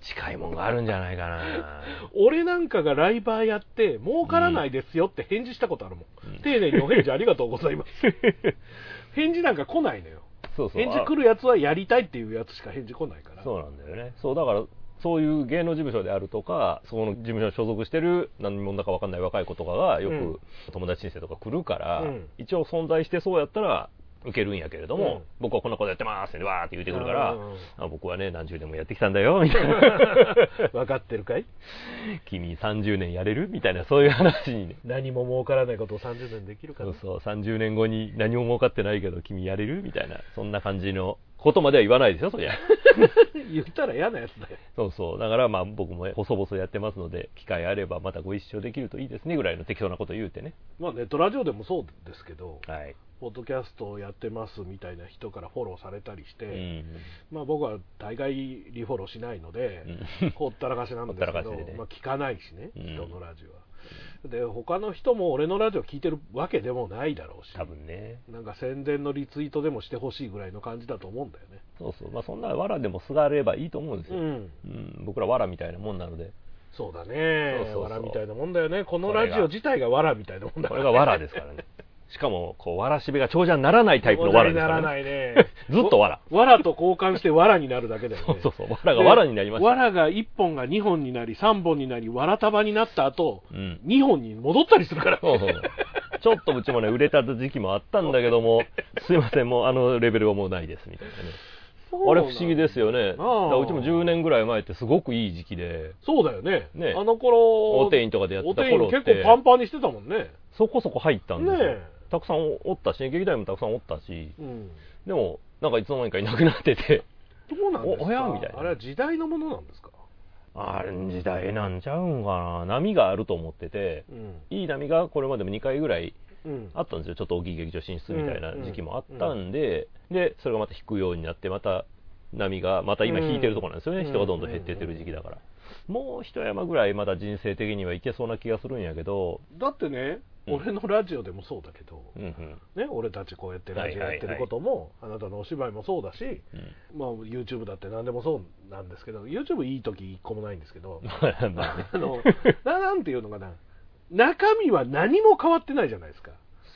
Speaker 2: 近いもんがあるんじゃないかな。
Speaker 1: 俺なんかがライバーやって、儲からないですよって返事したことあるもん。
Speaker 2: うん
Speaker 1: 丁寧にお返事ありがとうござい ます。返事なんか来ないのよ。
Speaker 2: そうそう。
Speaker 1: 返事来るやつはやりたいっていうやつしか返事来ないから。
Speaker 2: そうなんだよね。そうだからそういう芸能事務所であるとか、そこの事務所に所属してる何者だかわかんない若い子とかがよ
Speaker 1: う
Speaker 2: く
Speaker 1: ん
Speaker 2: 友達申請とか来るから、
Speaker 1: うん
Speaker 2: 一応存在してそうやったら受けるんやけれども、
Speaker 1: うん
Speaker 2: 僕はこんなことやってますってわーって言ってくるから、
Speaker 1: うん
Speaker 2: あ僕はね何十年もやってきたんだよみたいな、
Speaker 1: 分かってるかい
Speaker 2: 君30年やれるみたいなそういう話にね。
Speaker 1: 何も儲からないことを30年できるか
Speaker 2: そ
Speaker 1: ら
Speaker 2: うそう30年後に何も儲かってないけど君やれるみたいなそんな感じのことまでは言わないですよそりゃ
Speaker 1: 言ったら嫌なやつだよ
Speaker 2: そうそう。だからまあ僕も細々やってますので、機会あればまたご一緒できるといいですねぐらいの適当なこと言うてね。
Speaker 1: まあネットラジオでもそうですけど、
Speaker 2: はい。
Speaker 1: ポッドキャストをやってますみたいな人からフォローされたりして、
Speaker 2: うん。
Speaker 1: まあ、僕は大概リフォローしないので、
Speaker 2: うん
Speaker 1: ほったらかしなんですけ
Speaker 2: ほったら
Speaker 1: ど、
Speaker 2: かしでね
Speaker 1: まあ、聞かないしね、
Speaker 2: うん
Speaker 1: 人のラジオは。で、他の人も俺のラジオ聞いてるわけでもないだろうし、
Speaker 2: 多分ね。
Speaker 1: なんか宣伝のリツイートでもしてほしいぐらいの感じだと思うんだよね。
Speaker 2: そうそう。まあそんなわらでもすがればいいと思うんです
Speaker 1: う
Speaker 2: よ。
Speaker 1: ん
Speaker 2: うん。僕らわらみたいなもんなので、
Speaker 1: そうだね
Speaker 2: そうそうそう
Speaker 1: わらみたいなもんだよね、このラジオ自体がわらみたいなもんだ
Speaker 2: こ
Speaker 1: か
Speaker 2: れ
Speaker 1: ら、
Speaker 2: がわらですからね。 しかもこうわらしべが長者にならないタイプのわ
Speaker 1: 藁
Speaker 2: らで
Speaker 1: に
Speaker 2: す
Speaker 1: な
Speaker 2: かららね
Speaker 1: ないね
Speaker 2: ずっと藁
Speaker 1: わらと交換してわらになるだけだよね
Speaker 2: そうそうそうわらがわらになりました
Speaker 1: わらが1本が2本になり3本になりわら束になった後
Speaker 2: うん
Speaker 1: 2本に戻ったりするから
Speaker 2: そうそうちょっとうちもね売れた時期もあったんだけど もすいませんもうあのレベルはもうないですみたいなねあれ不思議ですよねだ
Speaker 1: あー
Speaker 2: からうちも10年ぐらい前ってすごくいい時期で
Speaker 1: そうだよね
Speaker 2: ね
Speaker 1: あの頃
Speaker 2: お店員とかでやってた頃
Speaker 1: お
Speaker 2: っ
Speaker 1: 手入
Speaker 2: て
Speaker 1: 結構パンパンにしてたもんね
Speaker 2: そこそこ入ったんですよ
Speaker 1: ね
Speaker 2: たくさんおったしね劇団員もたくさんおったし
Speaker 1: うん
Speaker 2: でもなんかいつの間にかいなくなっ てて
Speaker 1: どうなんですか
Speaker 2: おおやみたいな
Speaker 1: あれは時代のものなんですか
Speaker 2: あれ時代なんちゃうんかな波があると思ってて
Speaker 1: うん
Speaker 2: いい波がこれまでも2回ぐらい
Speaker 1: うん
Speaker 2: あったんですよちょっと大きい劇場進出みたいな時期もあったんで、でそれがまた引くようになってまた波がまた今引いてるところなんですよね、
Speaker 1: うん
Speaker 2: 人がどんどん減ってってる時期だから、もう一山ぐらいまだ人生的にはいけそうな気がするんやけど、
Speaker 1: だってね
Speaker 2: うん
Speaker 1: 俺のラジオでもそうだけど
Speaker 2: うんうん
Speaker 1: ね俺たちこうやってラジオやってることもあなたのお芝居もそうだし
Speaker 2: うん
Speaker 1: まあ YouTube だって何でもそうなんですけど YouTube いい時一個もないんですけ ど
Speaker 2: まあね
Speaker 1: あのななんていうのかな中身は何も変わってないじゃないですか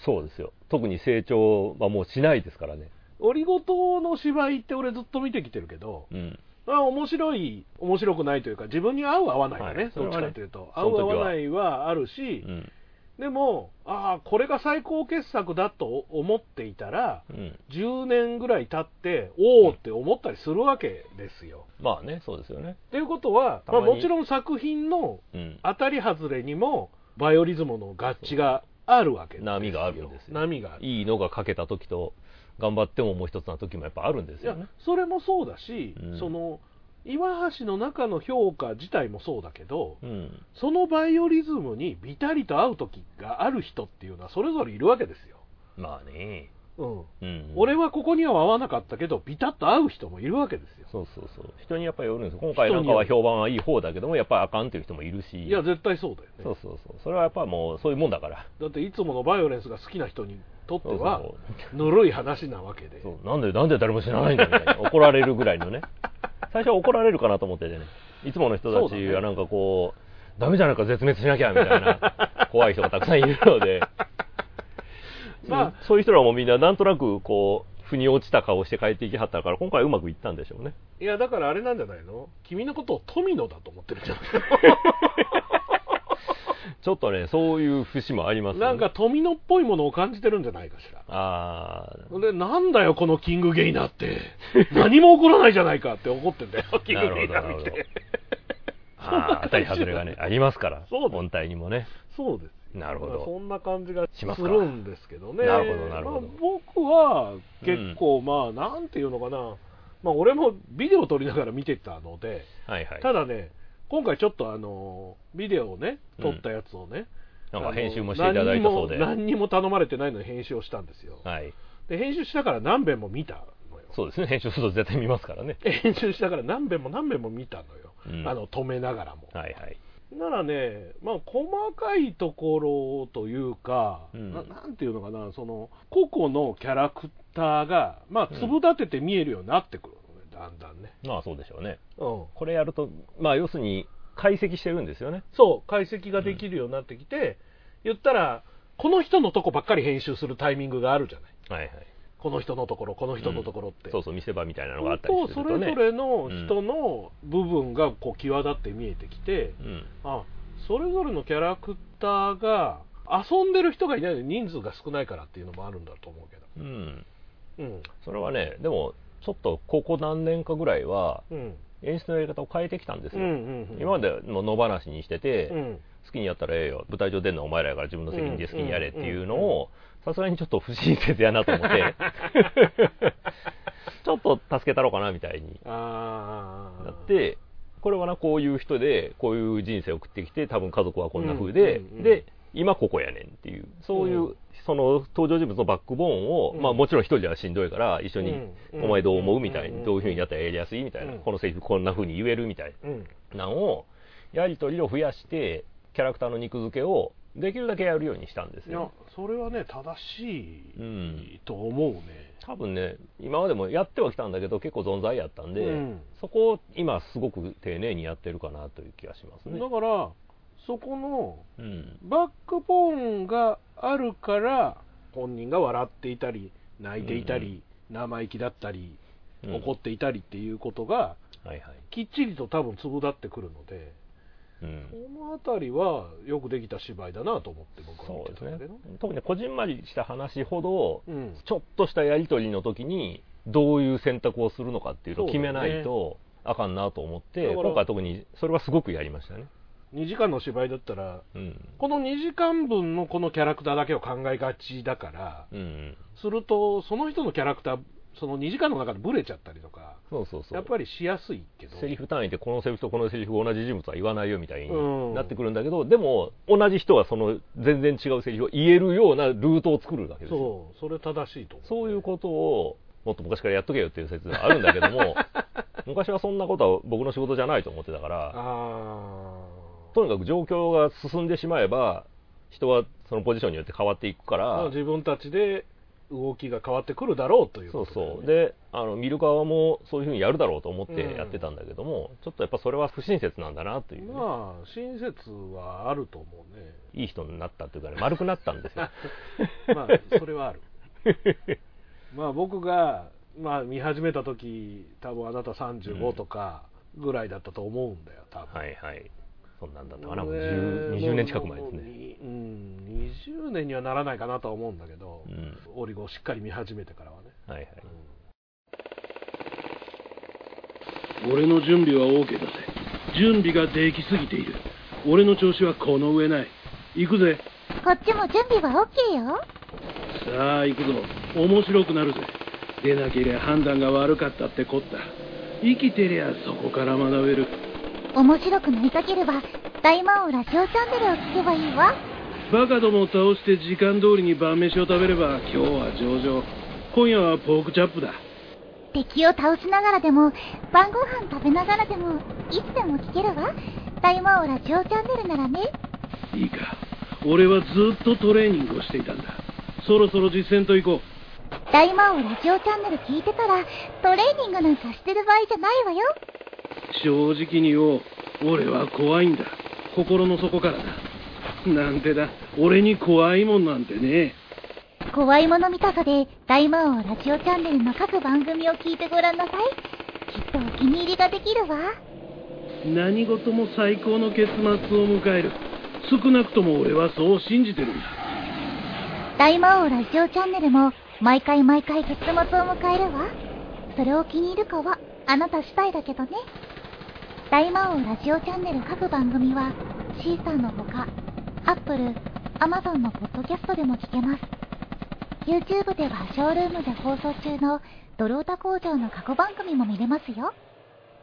Speaker 2: そうですよ特に成長はもうしないですからね、
Speaker 1: オリゴ糖の芝居って俺ずっと見てきてるけど、
Speaker 2: うん、
Speaker 1: まあ、面白い面白くないというか自分に合う合わないよね、
Speaker 2: はい
Speaker 1: どっちかというと、
Speaker 2: そ
Speaker 1: 合
Speaker 2: れは
Speaker 1: う
Speaker 2: ねその
Speaker 1: 合
Speaker 2: 時は
Speaker 1: わないはあるし、
Speaker 2: うん
Speaker 1: でもああこれが最高傑作だと思っていたら
Speaker 2: うん、
Speaker 1: 10年ぐらい経っておおって思ったりするわけですよ。
Speaker 2: まあねそうですよね、
Speaker 1: ということは、
Speaker 2: た
Speaker 1: まあ、
Speaker 2: まに
Speaker 1: もちろん作品の
Speaker 2: うん、
Speaker 1: 当たり外れにもバイオリズムの合致があるわけですよ
Speaker 2: 波があるんですよ
Speaker 1: 波がある
Speaker 2: いいのがかけた時と頑張ってももう一つの時もやっぱあるんです
Speaker 1: い
Speaker 2: よ
Speaker 1: や
Speaker 2: ね
Speaker 1: それもそうだし、
Speaker 2: うん
Speaker 1: その岩橋の中の評価自体もそうだけど、
Speaker 2: うん
Speaker 1: そのバイオリズムにビタリと合う時がある人っていうのはそれぞれいるわけですよ、
Speaker 2: まあね、
Speaker 1: うん
Speaker 2: うん、
Speaker 1: 俺はここには合わなかったけどビタッと合う人もいるわけですよ
Speaker 2: そうそうそう人にやっぱりよるんですよ今回なんかは評判はいい方だけどもやっぱりあかんっていう人もいるし
Speaker 1: いや絶対そうだよね
Speaker 2: そうそうそうそれはやっぱもうそういうもんだから
Speaker 1: だっていつものバイオレンスが好きな人にとって
Speaker 2: そうそう
Speaker 1: はぬるい話なわけで
Speaker 2: そうなんでなんで誰も知らないんだみたいな怒られるぐらいのね最初は怒られるかなと思っててねいつもの
Speaker 1: そ
Speaker 2: 人
Speaker 1: う
Speaker 2: た
Speaker 1: だ
Speaker 2: ち
Speaker 1: ね
Speaker 2: はなんかこうダメじゃないか絶滅しなきゃみたいな怖い人がたくさんいるので、
Speaker 1: まあ
Speaker 2: うんそういう人らもみんななんとなくこう腑に落ちた顔して帰っていきはったから今回うまくいったんでしょうね
Speaker 1: いやだからあれなんじゃないの君のことを富野だと思ってるんじゃない
Speaker 2: ちょっとねそういう節もありますよ
Speaker 1: な
Speaker 2: ね
Speaker 1: んか富野っぽいものを感じてるんじゃないかしら。
Speaker 2: ああ
Speaker 1: で、なんだよ、このキングゲイナーって。何も起こらないじゃないかって怒ってんだよ、キングゲイナー見
Speaker 2: なる
Speaker 1: て。
Speaker 2: あー当たり外れがね、ありますから、
Speaker 1: そうです
Speaker 2: 本体にもね。
Speaker 1: そうですよ。
Speaker 2: なるほど
Speaker 1: まあそんな感じがす
Speaker 2: しますか
Speaker 1: るんですけどね。
Speaker 2: なるほどなるほど
Speaker 1: まあ僕は結構、まあ、なんていうのかな。まあ、俺もビデオ撮りながら見てたので、
Speaker 2: はいはい。
Speaker 1: ただね、今回ちょっとあの、ビデオをね、撮ったやつをね、
Speaker 2: なんか編集もし
Speaker 1: あ
Speaker 2: てい
Speaker 1: の
Speaker 2: ただいたそうで。
Speaker 1: 何にも
Speaker 2: は
Speaker 1: 何にも頼まれてないのに編集をしたんですよ。
Speaker 2: い。
Speaker 1: で編集しながら何遍も見たのよ
Speaker 2: そうですね、編 集すると絶対見ますからね。
Speaker 1: 編集しながら何遍も何遍も見たのよ、
Speaker 2: うん
Speaker 1: あの止めながらも、
Speaker 2: はいはい。
Speaker 1: ならね、まあ、細かいところというか、
Speaker 2: うん
Speaker 1: ななんていうのかなその個々のキャラクターが、まあ、粒立てて見えるようになってくるのね、だんだんね、
Speaker 2: まあそうでしょうね。
Speaker 1: うん、
Speaker 2: これやると、まあ要するに解析してるんですよね。
Speaker 1: そう解析ができるようになってきて、言ったらこの人のとこばっかり編集するタイミングがあるじゃない
Speaker 2: はいはい。
Speaker 1: この人のところこの人のところって、
Speaker 2: そうそう、見せ場みたいなのが
Speaker 1: 本
Speaker 2: あったり
Speaker 1: 当
Speaker 2: す
Speaker 1: そ
Speaker 2: ると
Speaker 1: れ
Speaker 2: ね
Speaker 1: ぞ。れの人の部分がこう際立って見えてきて、
Speaker 2: うん。
Speaker 1: あそれぞれのキャラクターが遊んでる人がいないのに人数が少ないからっていうのもあるんだと思うけど
Speaker 2: うん。
Speaker 1: うん
Speaker 2: それはね、でも、ちょっとここ何年かぐらいは、
Speaker 1: うん
Speaker 2: 演出のやり方を変えてきたんです
Speaker 1: う
Speaker 2: よ。
Speaker 1: んうん
Speaker 2: 今までの野放しにしてて、
Speaker 1: うん
Speaker 2: 好きにやったらええよ舞台上出んのはお前らやから自分の責任で好きにやれっていうのをさすがにちょっと不親切やなと思って ちょっと助けたろうかなみたいに
Speaker 1: ああ
Speaker 2: なってこれはなこういう人でこういう人生を送ってきて多分家族はこんな風
Speaker 1: う
Speaker 2: で
Speaker 1: んうんうん
Speaker 2: で今ここやねんっていうそういううその登場人物のバックボーンを
Speaker 1: うん
Speaker 2: まあもちろん一人ではしんどいから一緒に
Speaker 1: うん
Speaker 2: お前どう思うみたい
Speaker 1: うん
Speaker 2: にどういう風にやったらやりやすいみたいな
Speaker 1: うん
Speaker 2: このセリフこんな風に言えるみたいな。
Speaker 1: うん
Speaker 2: なんをやり取りを増やしてキャラクターの肉付けをできるだけやるようにしたんです
Speaker 1: いや
Speaker 2: よ
Speaker 1: それはね正
Speaker 2: う
Speaker 1: し
Speaker 2: ん
Speaker 1: いと思うね
Speaker 2: 多分ね今までもやってはきたんだけど結構存在やったんで、
Speaker 1: うん
Speaker 2: そこを今すごく丁寧にやってるかなという気がしますね
Speaker 1: だからそこの
Speaker 2: うん
Speaker 1: バックボーンがあるから本人が笑っていたり泣いていたり、生意気だったり
Speaker 2: うん
Speaker 1: 怒っていたりっていうことが
Speaker 2: はいはい
Speaker 1: きっちりと多分粒立ってくるので、
Speaker 2: うん
Speaker 1: この辺りはよくできた芝居だなと思って僕は
Speaker 2: そ
Speaker 1: 見
Speaker 2: う
Speaker 1: て
Speaker 2: で
Speaker 1: た
Speaker 2: す
Speaker 1: んだけ
Speaker 2: ね
Speaker 1: ど、
Speaker 2: 特にこじんまりした話ほど、
Speaker 1: うん
Speaker 2: ちょっとしたやり取りの時にどういう選択をするのかっていうのを決めないとあかんなと思って、
Speaker 1: だから
Speaker 2: 今回特にそれはすごくやりましたね、
Speaker 1: 2時間の芝居だったら
Speaker 2: うん
Speaker 1: この2時間分のこのキャラクターだけを考えがちだから
Speaker 2: うんうん、
Speaker 1: するとその人のキャラクターその2時間の中でブレちゃったりとか
Speaker 2: そうそうそう
Speaker 1: やっぱりしやすいけど
Speaker 2: セリフ単位でこのセリフとこのセリフ同じ人物は言わないよみたい
Speaker 1: うん
Speaker 2: になってくるんだけど、でも同じ人はその全然違うセリフを言えるようなルートを作るわけですよ
Speaker 1: そうそれ正しいと思う
Speaker 2: そういうことをもっと昔からやっとけよっていう説はあるんだけど も昔はそんなことは僕の仕事じゃないと思ってたから
Speaker 1: あー
Speaker 2: とにかく状況が進んでしまえば人はそのポジションによって変わっていくか
Speaker 1: まあ
Speaker 2: ら
Speaker 1: 自分たちで動きが変わってくるだろうという
Speaker 2: そう
Speaker 1: ことだよね
Speaker 2: そうであの見る側もそういうふうにやるだろうと思ってやってたんだけども、ちょっとやっぱそれは不親切なんだなというね、
Speaker 1: まあ親切はあると思うね
Speaker 2: いい人になったというかね丸くなった んですよ
Speaker 1: まあそれはあるまあ僕が、まあ、見始めた時多分あなた35とかぐらいだったと思うんだよ多分、
Speaker 2: はいはいそんなんだったかな、もう
Speaker 1: ね
Speaker 2: 10 20年近く前です
Speaker 1: もうもう
Speaker 2: ね
Speaker 1: にうん20年にはならないかなとは思うんだけど、
Speaker 2: うん
Speaker 1: オリゴをしっかり見始めてからはね、
Speaker 2: はいはい
Speaker 1: 俺の準備は OK だぜ準備ができすぎている俺の調子はこの上ない行くぜ
Speaker 3: こっちも準備は OK よ。
Speaker 1: さあ行くぞ面白くなるぜ出なけりゃ判断が悪かったってこった生きてりゃそこから学べる
Speaker 3: 面白くなりたければ、大魔王ラジオチャンネルを聞けばいいわ。
Speaker 1: バカどもを倒して時間通りに晩飯を食べれば今日は上々今夜はポークチャップだ
Speaker 3: 敵を倒しながらでも、晩ご飯食べながらでも、いつでも聞けるわ。大魔王ラジオチャンネルならね。
Speaker 1: いいか俺はずっとトレーニングをしていたんだそろそろ実践と行こう
Speaker 3: 大魔王ラジオチャンネル聞いてたら、トレーニングなんかしてる場合じゃないわよ。
Speaker 1: 正直に言おう俺は怖いんだ心の底からだなんてだ俺に怖いもんなんてね
Speaker 3: 怖いもの見たさで、大魔王ラジオチャンネルの各番組を聞いてごらんなさい。きっとお気に入りができるわ。
Speaker 1: 何事も最高の結末を迎える少なくとも俺はそう信じてるんだ
Speaker 3: 大魔王ラジオチャンネルも毎回毎回月末を迎えるわそれを気に入るかはあなた次第だけどね大魔王ラジオチャンネル各番組はシーサーのほか Apple、Amazon のポッドキャストでも聞けます YouTube ではショールームで放送中のドロータ工場の過去番組も見れますよ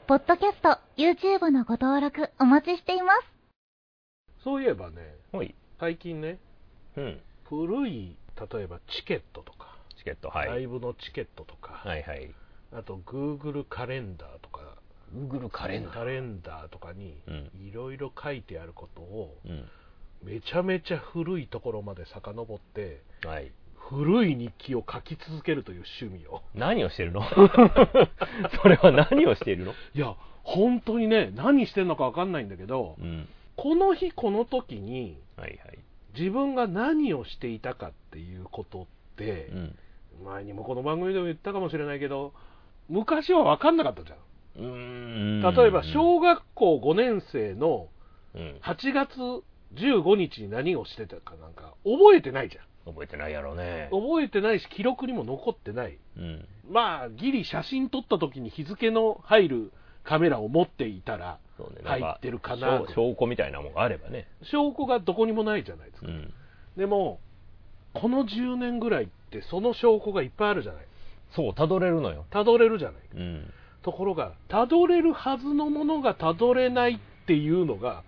Speaker 3: ポッドキャスト、YouTube のご登録お待ちしています
Speaker 1: そういえばね
Speaker 2: はい、
Speaker 1: 最近ね
Speaker 2: うん、
Speaker 1: 古い例えばチケットとか、
Speaker 2: チケットはい
Speaker 1: ライブのチケットとか、
Speaker 2: はいはい
Speaker 1: あと Google カレンダーとか
Speaker 2: Google カ
Speaker 1: カレンダーとかに
Speaker 2: うん
Speaker 1: いろいろ書いてあることを
Speaker 2: うん
Speaker 1: めちゃめちゃ古いところまで遡って
Speaker 2: はい
Speaker 1: 古い日記を書き続けるという趣味を
Speaker 2: 何をしてるの それは何をしているの、
Speaker 1: いや本当にね何してんのかわかんないんだけど
Speaker 2: うん、
Speaker 1: この日この時に
Speaker 2: はいはい、
Speaker 1: 自分が何をしていたかっていうことって、
Speaker 2: うん
Speaker 1: 前にもこの番組でも言ったかもしれないけど昔は分かんなかったじゃん
Speaker 2: うーん
Speaker 1: 例えば小学校5年生の
Speaker 2: うん、
Speaker 1: 8月15日に何をしてたかなんか覚えてないじゃん
Speaker 2: 覚えてないやろうね、
Speaker 1: 覚えてないし記録にも残ってない
Speaker 2: うん、
Speaker 1: まあギリ写真撮った時に日付の入るカメラを持っていたら
Speaker 2: そうね
Speaker 1: 入ってるかな
Speaker 2: 証証拠みたいなもんがあればね、
Speaker 1: 証拠がどこにもないじゃないです
Speaker 2: う
Speaker 1: か、
Speaker 2: ん、
Speaker 1: でもこの10年ぐらいってその証拠がいっぱいあるじゃない
Speaker 2: そうたどれるのよ、
Speaker 1: たどれるじゃない
Speaker 2: うん、
Speaker 1: ところがたどれるはずのものがたどれないっていうのが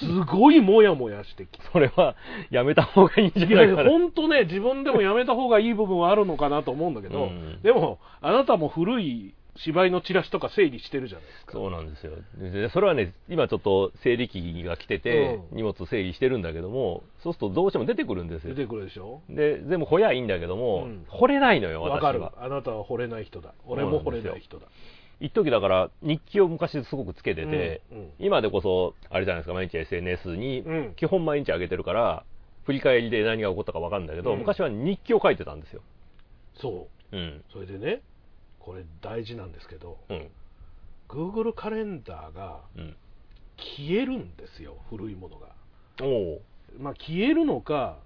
Speaker 1: すごいモヤモヤして きて
Speaker 2: それはやめた方がいいんじゃ
Speaker 1: い
Speaker 2: ない
Speaker 1: や
Speaker 2: かな
Speaker 1: 本当ね自分でもやめた方がいい部分はあるのかなと思うんだけど、
Speaker 2: うん
Speaker 1: でもあなたも古い芝居のチラシとか整理してるじゃないですか
Speaker 2: そうなんですよでそれはね今ちょっと整理機が来てて、
Speaker 1: うん
Speaker 2: 荷物整理してるんだけどもそうするとどうしても出てくるんです
Speaker 1: 出
Speaker 2: よ
Speaker 1: てくるでしょ
Speaker 2: で全部掘りゃいいんだけど
Speaker 1: う
Speaker 2: も、
Speaker 1: ん
Speaker 2: 掘れないのよ
Speaker 1: わ
Speaker 2: 私
Speaker 1: かる
Speaker 2: は
Speaker 1: あなたは惚れない人だ俺も惚れない人だ
Speaker 2: 一時だから日記を昔すごくつけてて、
Speaker 1: うんうん
Speaker 2: 今でこそあれじゃないですか毎日 SNS に
Speaker 1: うん
Speaker 2: 基本毎日上げてるから、振り返りで何が起こったか分かるんだけど、
Speaker 1: うん
Speaker 2: 昔は日記を書いてたんですよ。
Speaker 1: そ
Speaker 2: うん
Speaker 1: う。それでねこれ大事なんですけど
Speaker 2: うん。
Speaker 1: Google カレンダーが
Speaker 2: うん。
Speaker 1: 消えるんですよ古いものが、
Speaker 2: おお。
Speaker 1: まあ、消えるのか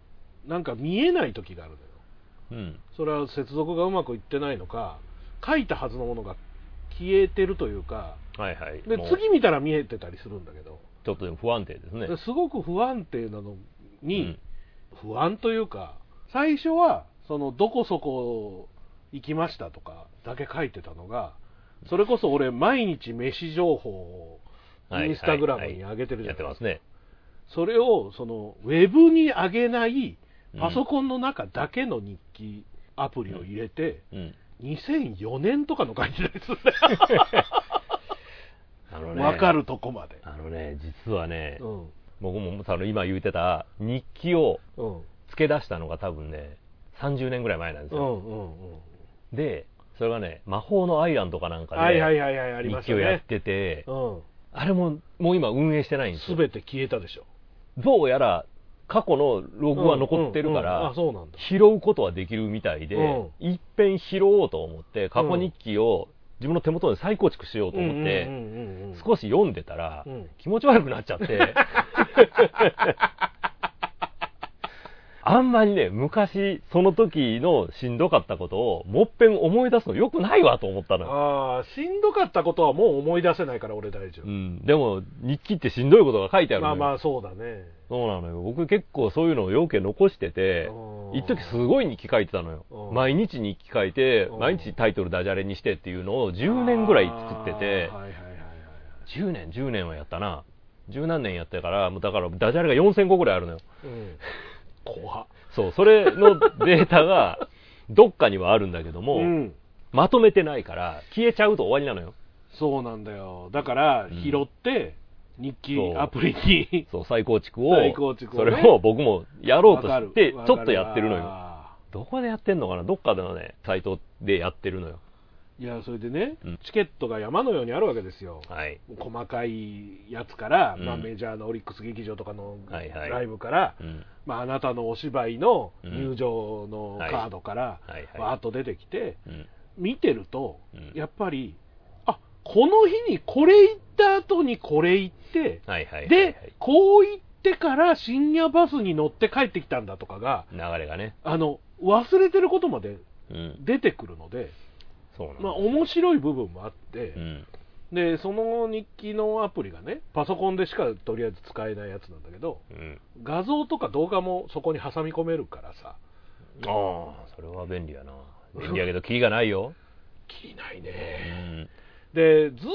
Speaker 1: なんか見えない時があるのよ
Speaker 2: うん。
Speaker 1: それは接続がうまくいってないのか書いたはずのものが消えてるというか
Speaker 2: はいはい。
Speaker 1: で
Speaker 2: もう
Speaker 1: 次見たら見えてたりするんだけど、
Speaker 2: ちょっとでも不安定ですね。
Speaker 1: ですごく不安定なのに、
Speaker 2: うん
Speaker 1: 不安というか最初はそのどこそこ行きましたとかだけ書いてたのがそれこそ俺毎日飯情報を
Speaker 2: はい
Speaker 1: インスタグラムに上げてるじゃ
Speaker 2: やって
Speaker 1: ないです
Speaker 2: ま
Speaker 1: か
Speaker 2: すね。
Speaker 1: それをそのウェブに上げない
Speaker 2: うん
Speaker 1: パソコンの中だけの日記アプリを入れて、
Speaker 2: うん。
Speaker 1: 2004年とかの書いてたり する
Speaker 2: あの
Speaker 1: ねわかる。とこまで、
Speaker 2: あのね、実はね、
Speaker 1: うん
Speaker 2: 僕もその今言ってた日記を
Speaker 1: うん
Speaker 2: 付け出したのが多分ね、30年ぐらい前なんです
Speaker 1: う
Speaker 2: よ。
Speaker 1: んうんうん
Speaker 2: で、それがね、魔法のアイランドかなんかで、
Speaker 1: はいはいはいはいありま
Speaker 2: 日
Speaker 1: した
Speaker 2: 記をやっ
Speaker 1: ね
Speaker 2: てて、
Speaker 1: うん
Speaker 2: あれももう今運営してないんです
Speaker 1: す
Speaker 2: よ。
Speaker 1: べて消えたでしょ
Speaker 2: どうやら過去のログは残ってる
Speaker 1: うんうんう
Speaker 2: か
Speaker 1: ん
Speaker 2: ら
Speaker 1: あ、そうなんだ
Speaker 2: 拾うことはできるみたいで、
Speaker 1: うん
Speaker 2: 一遍拾おうと思って、過去日記を自分の手元で再構築しようと思って、
Speaker 1: うんうんうんうん
Speaker 2: 少し読んでたら、
Speaker 1: うん
Speaker 2: 気持ち悪くなっち ゃって、あんまりね、昔、その時のしんどかったことを、もっぺん思い出すのよくないわと思ったのよ。
Speaker 1: ああしんどかったことはもう思い出せないから俺大丈
Speaker 2: う
Speaker 1: 夫
Speaker 2: ん、でも、日記ってしんどいことが書いてあるの
Speaker 1: まあ
Speaker 2: よ。
Speaker 1: まあそうだね
Speaker 2: そうなのよ。僕結構そういうのを要件残してて、一時す
Speaker 1: い
Speaker 2: ごい日記書いてたのよ
Speaker 1: う。ん
Speaker 2: 毎日日記書いて
Speaker 1: う、ん
Speaker 2: 毎日タイトルダジャレにしてっていうのを10年ぐらい作っ
Speaker 1: は
Speaker 2: てて、
Speaker 1: いはいはいはい
Speaker 2: 10年、10年はやったな。十何年やってから、もうだからダジャレが4000個ぐらいあるのよ。
Speaker 1: うん怖っ
Speaker 2: そう、それのデータがどっかにはあるんだけども、
Speaker 1: うん
Speaker 2: まとめてないから、消えちゃうと終わりなのよ。
Speaker 1: そうなんだよだから
Speaker 2: うん
Speaker 1: 拾って日
Speaker 2: そう
Speaker 1: 記アプリに
Speaker 2: そう、再構築を、
Speaker 1: 再構築を
Speaker 2: そ
Speaker 1: ね
Speaker 2: れを僕もやろうとして、ち
Speaker 1: わかる
Speaker 2: ょっとやってるの
Speaker 1: わ
Speaker 2: よ。
Speaker 1: か
Speaker 2: どこでやってんのかなどっかのね、サイトでやってるのよ。
Speaker 1: るわいやそれでね
Speaker 2: うん
Speaker 1: チケットが山のようにあるわけですよ
Speaker 2: はい。
Speaker 1: 細かいやつから、まあ、
Speaker 2: うん
Speaker 1: メジャーのオリックス劇場とかの
Speaker 2: はいはい
Speaker 1: ライブから、
Speaker 2: うん。
Speaker 1: まあ、あなたのお芝居の
Speaker 2: うん
Speaker 1: 入場のカードから
Speaker 2: はいはい
Speaker 1: わーっと出てきて
Speaker 2: うん。
Speaker 1: 見てると
Speaker 2: うん
Speaker 1: やっぱりあこの日にこれ行った後にこれ行って
Speaker 2: はいはいはい、はい。
Speaker 1: でこう行ってから深夜バスに乗って帰ってきたんだとかが
Speaker 2: 流れがね。
Speaker 1: あの忘れてることまで
Speaker 2: うん。
Speaker 1: 出てくるので、
Speaker 2: そうなんです
Speaker 1: まあ、面白い部分もあって。
Speaker 2: うん。
Speaker 1: でその日記のアプリがねパソコンでしかとりあえず使えないやつなんだけど
Speaker 2: うん。
Speaker 1: 画像とか動画もそこに挟み込めるからさ
Speaker 2: ああ、それは便利やな。便利やけど、キリがないよ。
Speaker 1: 切りないうね
Speaker 2: ん。
Speaker 1: でずー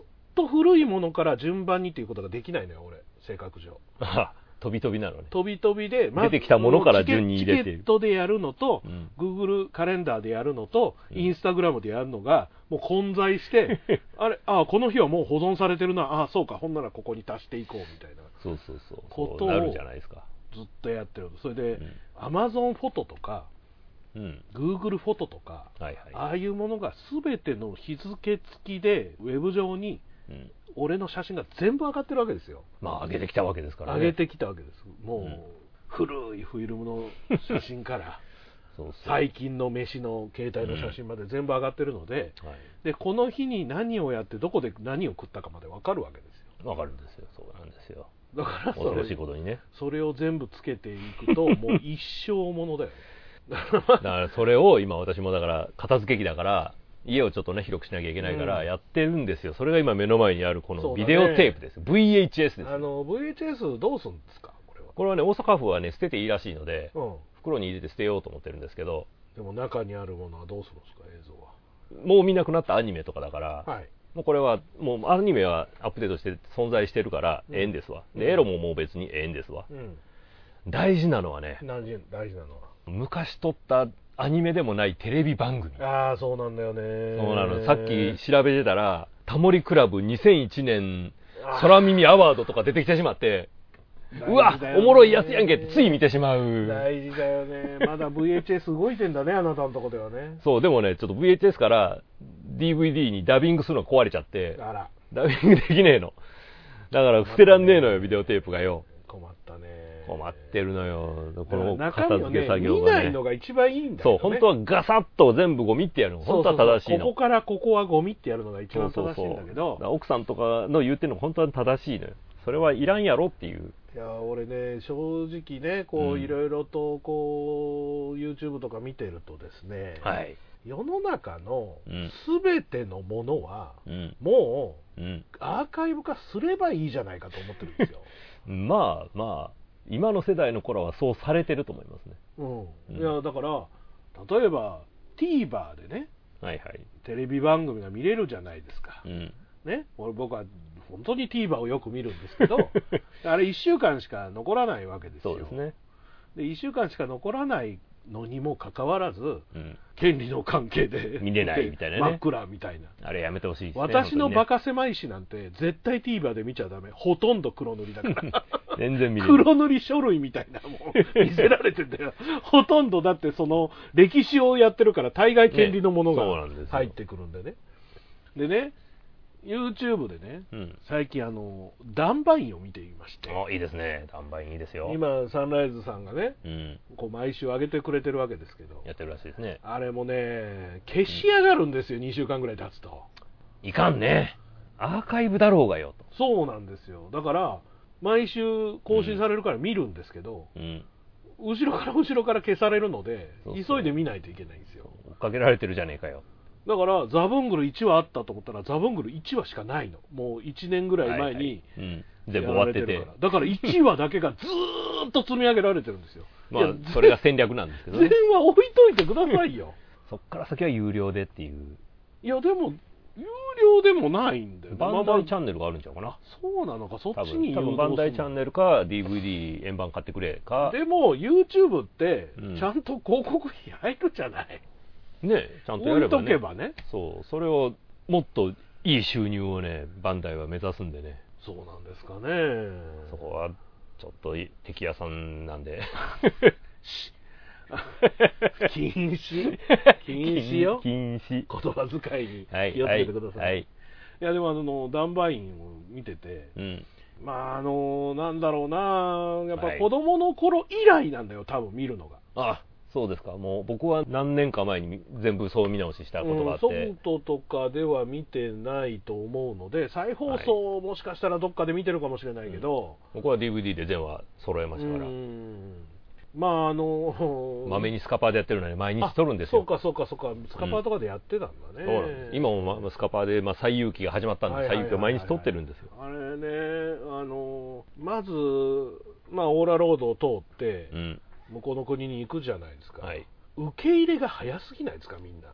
Speaker 1: っと古いものから順番にっていうことができないのよ俺性格上
Speaker 2: あ飛び飛びなのね。
Speaker 1: 飛び飛びで、
Speaker 2: 出てきたものから順に入れて
Speaker 1: チケチケットでやるのと、
Speaker 2: うん
Speaker 1: Google カレンダーでやるのと、
Speaker 2: うん
Speaker 1: インスタグラムでやるのが、もう混在 して、あれ、あこの日はもう保存されてるな、あそうか、ほんならここに足していこうみたいな、
Speaker 2: そうそうそう。
Speaker 1: こと
Speaker 2: そ
Speaker 1: を
Speaker 2: うなるじゃないですか。
Speaker 1: ずっとやってるそれで、
Speaker 2: うん
Speaker 1: Amazon フォトとか
Speaker 2: うん。
Speaker 1: Google フォトとか、
Speaker 2: はい
Speaker 1: あ
Speaker 2: は
Speaker 1: あいうものが全ての日付付きでウェブ上に
Speaker 2: い。うん。
Speaker 1: 俺の写真が全部上がってるわけですよ、
Speaker 2: まあ、上げてきたわけですからね。
Speaker 1: 上げてきたわけですもう、
Speaker 2: うん
Speaker 1: 古いフィルムの写真から
Speaker 2: そうそう。
Speaker 1: 最近の飯の携帯の写真まで全部上がってるので、
Speaker 2: はい。
Speaker 1: でこの日に何をやってどこで何を食ったかまで分かるわけです
Speaker 2: わかるんですよ。そうなんですよ。
Speaker 1: よだからそ
Speaker 2: 恐ろ
Speaker 1: れ
Speaker 2: しいことにね。
Speaker 1: それを全部つけていくと もう一生ものだよね
Speaker 2: だから、それを今私もだから、片付け機だから、家をちょっとね、広くしなきゃいけないから、
Speaker 1: うん
Speaker 2: やってるんですよ。それが今目の前にある、こ
Speaker 1: そ
Speaker 2: の
Speaker 1: うだね
Speaker 2: ビデオテープです。VHS ですよ。
Speaker 1: あの VHS どうすんですかこれは
Speaker 2: これはね、大阪府はね、捨てていいらしいので、
Speaker 1: うん、
Speaker 2: 袋に入れて捨てようと思ってるんですけど、
Speaker 1: でも中にあるものはどうするんですか映像は
Speaker 2: もう見なくなったアニメとかだから、
Speaker 1: はい
Speaker 2: もうこれは、もうアニメはアップデートして存在してるから、
Speaker 1: うん
Speaker 2: ええんですわ。
Speaker 1: う
Speaker 2: で、
Speaker 1: ん
Speaker 2: エロももう別にええんですわ。
Speaker 1: うん
Speaker 2: 大事なのはね、
Speaker 1: 大事大事なのは
Speaker 2: 昔撮ったアニメでもないテレビ番組。
Speaker 1: ああそうなんだよね
Speaker 2: そうなの。さっき調べてたら、タモリクラブ2001年
Speaker 1: あー
Speaker 2: 空耳アワードとか出てきてしまって、う
Speaker 1: 大
Speaker 2: わ
Speaker 1: 事だよ、ね
Speaker 2: おもろいやつやんけってつい見てしまう。
Speaker 1: 大事だよねまだ VHS 動いてんだねあなたのとこではね
Speaker 2: そう、でもね、ちょっと VHS から DVD にダビングするの壊れちゃって、
Speaker 1: あら
Speaker 2: ダビングできねえの。だから捨てらんねえのよ、ビデオテープがよ。
Speaker 1: 困ったね
Speaker 2: 困ってるのよ。この
Speaker 1: 中
Speaker 2: 片
Speaker 1: 身を
Speaker 2: 付
Speaker 1: ね
Speaker 2: け作業
Speaker 1: 見
Speaker 2: が
Speaker 1: な
Speaker 2: ね
Speaker 1: い。のが一番いいんだよ、
Speaker 2: そ
Speaker 1: ね、
Speaker 2: う、本当はガサッと全部ゴミってやるの。本当は正しい
Speaker 1: そうそうそ
Speaker 2: の。
Speaker 1: うここからここはゴミってやるのが一
Speaker 2: そう
Speaker 1: 番
Speaker 2: そう
Speaker 1: 正し
Speaker 2: そ
Speaker 1: い
Speaker 2: うん
Speaker 1: だけど
Speaker 2: だから奥さんとかの言ってるのが本当は正しいのよそれはいらんやろっていう
Speaker 1: いや俺ね正直ねこ
Speaker 2: う
Speaker 1: うんいろいろとこう YouTube とか見てるとですね、
Speaker 2: はい
Speaker 1: 世の中の
Speaker 2: うん
Speaker 1: 全てのものは、
Speaker 2: うん
Speaker 1: も
Speaker 2: うん
Speaker 1: うアーカイブ化すればいいじゃないかと思ってるんですよ、
Speaker 2: まあまあ今の世代の頃はそうされてると思いますね
Speaker 1: うん、
Speaker 2: うん
Speaker 1: いやだから例えば TVer でね
Speaker 2: はいはい
Speaker 1: テレビ番組が見れるじゃないですか
Speaker 2: う、ん
Speaker 1: ね、俺僕は本当に TVer をよく見るんですけ どあれ1週間しか残らないわけですよ
Speaker 2: そうですね
Speaker 1: で1週間しか残らないのにもかかわらず
Speaker 2: うん
Speaker 1: 権利の関係で
Speaker 2: 見れないみたいなね
Speaker 1: 真っ暗みたいな、
Speaker 2: あれやめてほしいですね
Speaker 1: 私のバ
Speaker 2: 本
Speaker 1: カ狭いしなんて絶対 TVer で見ちゃダメほとんど黒塗りだから
Speaker 2: 当にね全然見れない
Speaker 1: 黒塗り書類みたいなもん見せられて んだよほとんどだってその歴史をやってるから大概権利のもの
Speaker 2: ねそうなんですよ
Speaker 1: が入ってくるんでねでね YouTube でね
Speaker 2: うん
Speaker 1: 最近あのダンバインを見ていまして
Speaker 2: あいいですね談判いいですよ
Speaker 1: 今サンライズさんがね
Speaker 2: うん
Speaker 1: こう毎週上げてくれてるわけですけど
Speaker 2: やってるらしいですね
Speaker 1: あれもね消し上がるんですよ、2週間ぐらい経つと
Speaker 2: いかんねアーカイブだろうがよ
Speaker 1: そうなんですよだから毎週更新されるから見るんですけど、
Speaker 2: とうん
Speaker 1: 後ろから後ろから消されるので
Speaker 2: そうそう
Speaker 1: 急いで見ないといけないんですよ
Speaker 2: 追っかけられてるじゃねえかよ
Speaker 1: だからザブングル1話あったと思ったらザブングル1話しかないのもう1年ぐらい前
Speaker 2: はいはい
Speaker 1: に
Speaker 2: うん
Speaker 1: や
Speaker 2: 全部
Speaker 1: ら
Speaker 2: 終わ
Speaker 1: れ
Speaker 2: って
Speaker 1: る
Speaker 2: て
Speaker 1: からだから1話だけがずーっと積み上げられてるんですよ
Speaker 2: ま
Speaker 1: いや
Speaker 2: あそれが戦略なんですけ ど
Speaker 1: 全
Speaker 2: ね
Speaker 1: 話置いといてくださいよ
Speaker 2: そっから先は有料でっていう
Speaker 1: いやでも有料でもないんだよね
Speaker 2: バン
Speaker 1: まあ
Speaker 2: ダ
Speaker 1: まあ
Speaker 2: イチャンネルがあるんちゃうかな。
Speaker 1: そうなのか、そっ
Speaker 2: 多
Speaker 1: ちに
Speaker 2: 分、多分バンダイチャンネルか DVD 円盤買ってくれか、
Speaker 1: でも、YouTube って
Speaker 2: うん、
Speaker 1: ちゃんと広告費入るじゃない、
Speaker 2: ね、ちゃんとや
Speaker 1: 置
Speaker 2: れ
Speaker 1: い
Speaker 2: ば
Speaker 1: と
Speaker 2: ね
Speaker 1: け。ばね、
Speaker 2: そう、それをもっといい収入をね、バンダイは目指すんでね。
Speaker 1: そうなんですかね、
Speaker 2: そこはちょっと敵屋さんなんで。
Speaker 1: 禁止、 禁止よ、言
Speaker 2: 禁止。
Speaker 1: 葉遣いに
Speaker 2: はい、
Speaker 1: 気をつけてください。
Speaker 2: はいい。
Speaker 1: や、でも、あの、ダンバインを見てて、
Speaker 2: うん。
Speaker 1: まあ、あの、なんだろうな、やっ
Speaker 2: は
Speaker 1: ぱ
Speaker 2: い
Speaker 1: 子供の頃以来なんだよ、多分見るのが。
Speaker 2: あ、そうですか。もう僕は何年か前に全部そう見直ししたことがあっ
Speaker 1: ソフ
Speaker 2: て。
Speaker 1: トとかでは見てないと思うので、再放送をもしかしたらどっかで見てるかもしれないけど、
Speaker 2: 僕は DVD で全話揃えましたから
Speaker 1: う。んまああの
Speaker 2: まめにスカパーでやってるので毎日
Speaker 1: あ
Speaker 2: 撮るんですよ。
Speaker 1: そうかそうかそうかスカパーとかでやってたんだね、
Speaker 2: そうなんです今もまスカパーで、まあ、最遊記が始まったん
Speaker 1: は
Speaker 2: で、
Speaker 1: いはい
Speaker 2: 最
Speaker 1: はい
Speaker 2: 遊
Speaker 1: はい
Speaker 2: 記を毎日撮ってるんですよ。
Speaker 1: あれねあのまずまあオーラロードを通って
Speaker 2: うん。
Speaker 1: 向こうの国に行くじゃないですか、
Speaker 2: はい。
Speaker 1: 受け入れが早すぎないですかみん な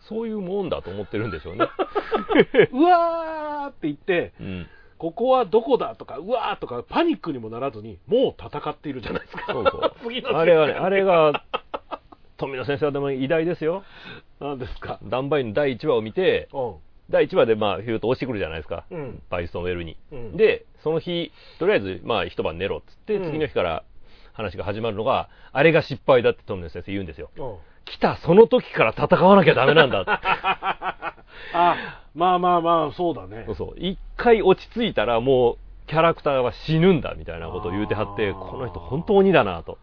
Speaker 2: そういうもんだと思ってるんでしょうね。
Speaker 1: うわーって言って
Speaker 2: うん。
Speaker 1: ここはどこだとかうわーとかパニックにもならずにもう戦っているじゃないですか
Speaker 2: そうそう。
Speaker 1: 次の世界
Speaker 2: あれはね、あれが、富野先生はでも偉大ですよ。
Speaker 1: なんですか
Speaker 2: ダンバインの第1話を見て、
Speaker 1: うん
Speaker 2: 第1話でまあ、ヒューと押してくるじゃないですか。
Speaker 1: うん
Speaker 2: バイストンウェルに。
Speaker 1: うん
Speaker 2: で、その日、とりあえず、まあ、一晩寝ろっつって、
Speaker 1: うん
Speaker 2: 次の日から話が始まるのが、あれが失敗だって富野先生言うんですよ。
Speaker 1: うん
Speaker 2: 来た、その時から戦わなきゃダメなんだって。
Speaker 1: あまあまあまあそうだね
Speaker 2: そうそう一回落ち着いたらもうキャラクターは死ぬんだみたいなことを言うてはって
Speaker 1: あー
Speaker 2: この人本当にだなと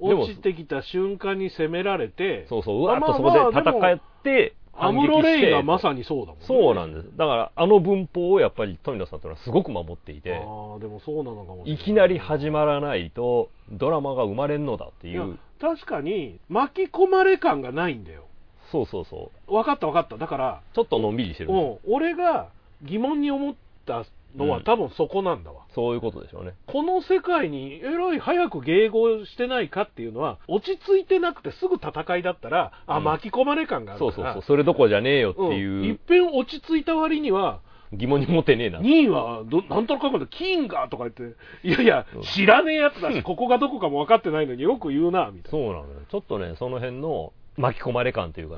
Speaker 2: でも
Speaker 1: 落ちてきた瞬間に攻められて、
Speaker 2: そうそうう
Speaker 1: ま
Speaker 2: わ
Speaker 1: あ
Speaker 2: っ
Speaker 1: まあ
Speaker 2: とそこで戦
Speaker 1: でも
Speaker 2: って
Speaker 1: アムロレイがま
Speaker 2: に
Speaker 1: さにそうだもんね。
Speaker 2: そうなん
Speaker 1: で
Speaker 2: ですだからあの文法をやっぱり富野さんというのはすごく守っていて
Speaker 1: ああ、でもそうなのかもしれ
Speaker 2: い
Speaker 1: ない。
Speaker 2: きなり始まらないとドラマが生まれんのだって
Speaker 1: い
Speaker 2: い
Speaker 1: や
Speaker 2: う
Speaker 1: 確かに、巻き込まれ感がないんだよ。
Speaker 2: そうそうそう
Speaker 1: 分かった分かった。だから、
Speaker 2: ちょっとのんびりしてるんですよ
Speaker 1: うん俺が疑問に思ったのは
Speaker 2: うん
Speaker 1: 多分そこなんだわ。
Speaker 2: そういうことでしょうね
Speaker 1: この世界にえらい早く迎合してないかっていうのは、落ち着いてなくてすぐ戦いだったら、あ、
Speaker 2: うん
Speaker 1: 巻き込まれ感がある
Speaker 2: そ
Speaker 1: か
Speaker 2: う
Speaker 1: ら。
Speaker 2: そうそうそれどころじゃねえよって
Speaker 1: うん
Speaker 2: い
Speaker 1: いうっぺん落ち着いた割には、
Speaker 2: 疑問に持てねえな
Speaker 1: 2位はど、なんとなくかんだ、金がとか言って、いやいや、知らねえやつだし、ここがどこかも分かってないのによく言うな、みたい
Speaker 2: そうなのよちょっとねその辺の巻き込まれ感というか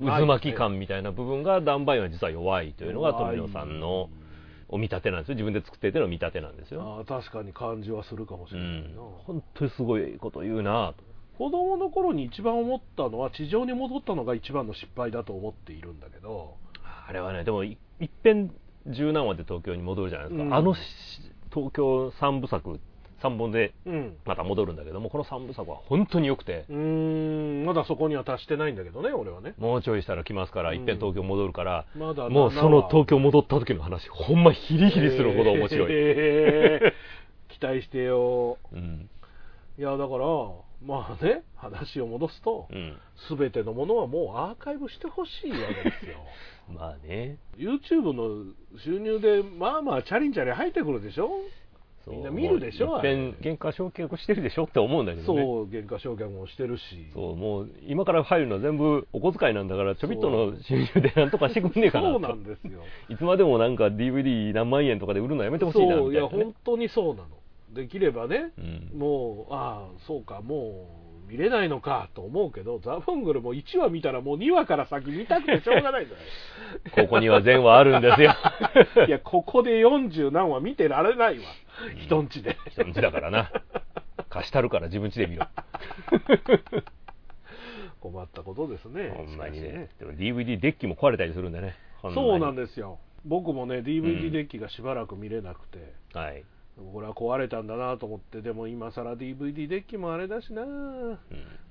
Speaker 1: な。
Speaker 2: 渦巻き
Speaker 1: っ
Speaker 2: 感みたいな部分がダンバインは実は弱いというのが富野さんのお見立てなんですよ自分で作ってての見立てなんですよ、
Speaker 1: ああ確かに感じはするかもし
Speaker 2: う
Speaker 1: れない
Speaker 2: ん
Speaker 1: な、、
Speaker 2: 本当にすごいこと言うなと
Speaker 1: 子供の頃に一番思ったのは地上に戻ったのが一番の失敗だと思っているんだけど
Speaker 2: あれはねでもいいっぺん十何話で東京に戻るじゃないですか、
Speaker 1: うん
Speaker 2: あのし東京三部作3本で
Speaker 1: うん
Speaker 2: また戻るんだけどもこの3部作は本当に良くて
Speaker 1: うーんまだそこには達してないんだけどね俺はね
Speaker 2: もうちょいしたら来ますから
Speaker 1: うん
Speaker 2: いっぺん東京戻るから、
Speaker 1: まだ
Speaker 2: もうその東
Speaker 1: 京
Speaker 2: 京戻った時の話ほんまヒリヒリするほど面白い、
Speaker 1: い 期待してよ
Speaker 2: うん
Speaker 1: いやだからまあね話を戻すと
Speaker 2: うん
Speaker 1: 全てのものはもうアーカイブしてほしいわけですよ
Speaker 2: まあね
Speaker 1: YouTube の収入でまあまあチャリンチャリン入ってくるでしょ
Speaker 2: そう
Speaker 1: みんな見るでしょ
Speaker 2: もういっぺん原価償却してるでしょって思うんだけどね
Speaker 1: そう減価償却もしてるし
Speaker 2: そうもう今から入るのは全部お小遣いなんだからちょびっとの収入でなんとかしてくんねえかな
Speaker 1: そ
Speaker 2: と
Speaker 1: うなんですよ
Speaker 2: いつまでもなんか DVD 何万円とかで売るのやめてほしいな
Speaker 1: そう
Speaker 2: み
Speaker 1: い
Speaker 2: たい
Speaker 1: や
Speaker 2: な、ね
Speaker 1: 本当にそうなのできればね
Speaker 2: うん、
Speaker 1: もうああそうかもう見れないのかと思うけどザ・ブングルも1話見たらもう2話から先見たくてしょうがないじゃ
Speaker 2: ここには善はある んですよ
Speaker 1: ないいやここで40何話見てられないわ
Speaker 2: うん
Speaker 1: 人んちで
Speaker 2: 人んちだからな貸したるから自分ち で見ろ
Speaker 1: 困ったことですね
Speaker 2: ほんまに
Speaker 1: しかし
Speaker 2: ねでも DVD デッキも壊れたりするんだねほまに
Speaker 1: そうなんですよ僕もね
Speaker 2: う
Speaker 1: DVD
Speaker 2: ん
Speaker 1: デッキがしばらく見れなくて、
Speaker 2: はい、
Speaker 1: これは壊れたんだなと思ってでも今更 DVD デッキもあれだしな
Speaker 2: う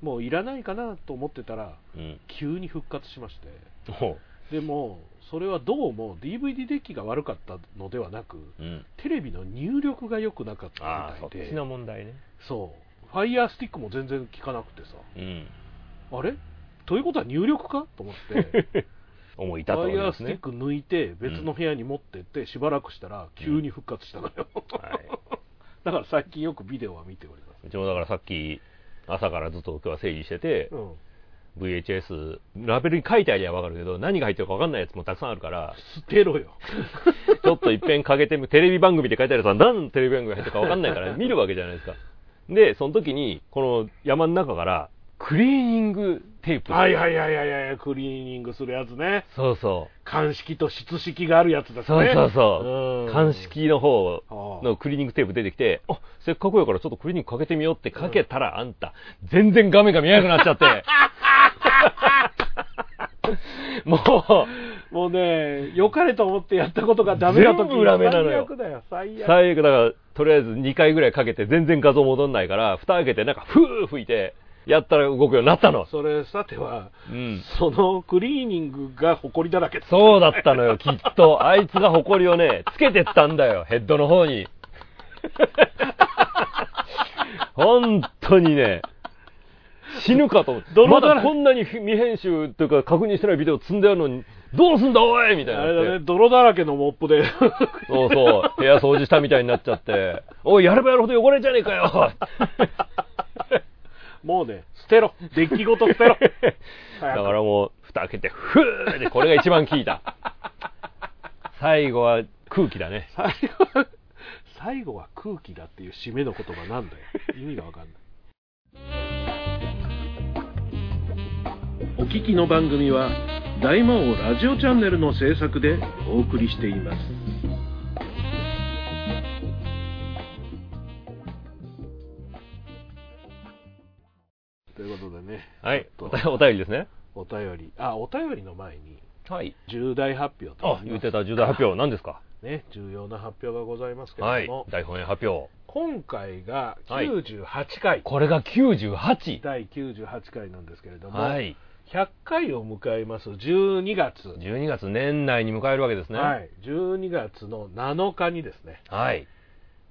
Speaker 1: もういらないかなと思ってたら
Speaker 2: んうん、
Speaker 1: 急に復活しまして
Speaker 2: おう
Speaker 1: でもそれはどうも DVD デッキが悪かったのではなく
Speaker 2: うん、
Speaker 1: テレビの入力が良くなかった
Speaker 2: ああそ
Speaker 1: み
Speaker 2: った
Speaker 1: い
Speaker 2: ち
Speaker 1: で
Speaker 2: の問題ね
Speaker 1: そうファイヤースティックも全然効かなくてさ
Speaker 2: うん
Speaker 1: あれということは入力かと思って、
Speaker 2: 思い
Speaker 1: フ
Speaker 2: 至ったわ
Speaker 1: ァ
Speaker 2: け
Speaker 1: イヤー
Speaker 2: で
Speaker 1: ステ
Speaker 2: す
Speaker 1: ィッ
Speaker 2: ね
Speaker 1: ク抜いて別の部屋に持ってってしばらくしたら急に復活したのよ、
Speaker 2: はい
Speaker 1: だから最近よくビデオは見ております
Speaker 2: うちもだからさっき朝からずっと今日は整理してて、
Speaker 1: うん
Speaker 2: VHS ラベルに書いてありゃ分かるけど何が入ってるか分かんないやつもたくさんあるから
Speaker 1: 捨てろよ
Speaker 2: ちょっといっぺんかけてみ テレビ番組で書いてあるやつは何のテレビ番組が入ってるか分かんな いから見るわけじゃないですかでその時にこの山の中からクリーニングテープ
Speaker 1: はいはいはいはいはいクリーニングするやつね
Speaker 2: そうそ
Speaker 1: 鑑識と室式があるやつ
Speaker 2: う
Speaker 1: です
Speaker 2: そう
Speaker 1: ね
Speaker 2: そうそううん鑑識の方
Speaker 1: ああ
Speaker 2: のクリーニングテープ出てきてあせっかくやからちょっとクリーニングかけてみようってかけたらあんた全然画面が見えなくなっちゃって もう
Speaker 1: もうね良かれと思ってやったことがダメな時
Speaker 2: 全部裏目なのよ
Speaker 1: 最悪だよ最悪
Speaker 2: 最悪だから、とりあえず2回ぐらいかけて全然画像戻んないから、蓋開けてなんか、ふー吹いて、やったら動くようになったの。
Speaker 1: それさては、
Speaker 2: うん。
Speaker 1: そのクリーニングが埃だらけ
Speaker 2: そうだったのよ、きっと。あいつが埃をね、つけてったんだよ、ヘッドの方に。本当にね、死ぬかと思って。
Speaker 1: 泥
Speaker 2: ま
Speaker 1: だらけ
Speaker 2: だこんなに未編集というか確認してないビデオ積んであるのに、どうすんだおいみたいに
Speaker 1: あれ
Speaker 2: なって
Speaker 1: だね泥だらけのモップで
Speaker 2: そうそう、部屋掃除したみたいになっちゃって、おい、やればやるほど汚れんじゃねえかよ
Speaker 1: もうね捨てろデッキごと捨て ろ
Speaker 2: だ
Speaker 1: 早く
Speaker 2: からもう、蓋開けて、ふーって、これが一番効いた。最後は空気だね。
Speaker 1: 最後は最後は空気だっていう締めの言葉なんだよ意味がわかんないお聞きの番組は大魔王ラジオチャンネルの制作でお送りしていますということでね
Speaker 2: はい、
Speaker 1: ちょ
Speaker 2: お
Speaker 1: っと
Speaker 2: 便お便りですね。
Speaker 1: お便りあお便りの前に
Speaker 2: はい。
Speaker 1: 重大発表と
Speaker 2: あ、言ってた重大発表、何ですか
Speaker 1: ね重要な発表がございますけ
Speaker 2: は
Speaker 1: れ
Speaker 2: い
Speaker 1: ども、。
Speaker 2: 大本営発表。
Speaker 1: 今回が
Speaker 2: はい
Speaker 1: 98回、
Speaker 2: これが 98!
Speaker 1: 第98回なんですけれども、
Speaker 2: はい。
Speaker 1: 100回を迎えます12月、
Speaker 2: 12月年内に迎えるわけですね。
Speaker 1: は。い、12月の7日にですね
Speaker 2: はい。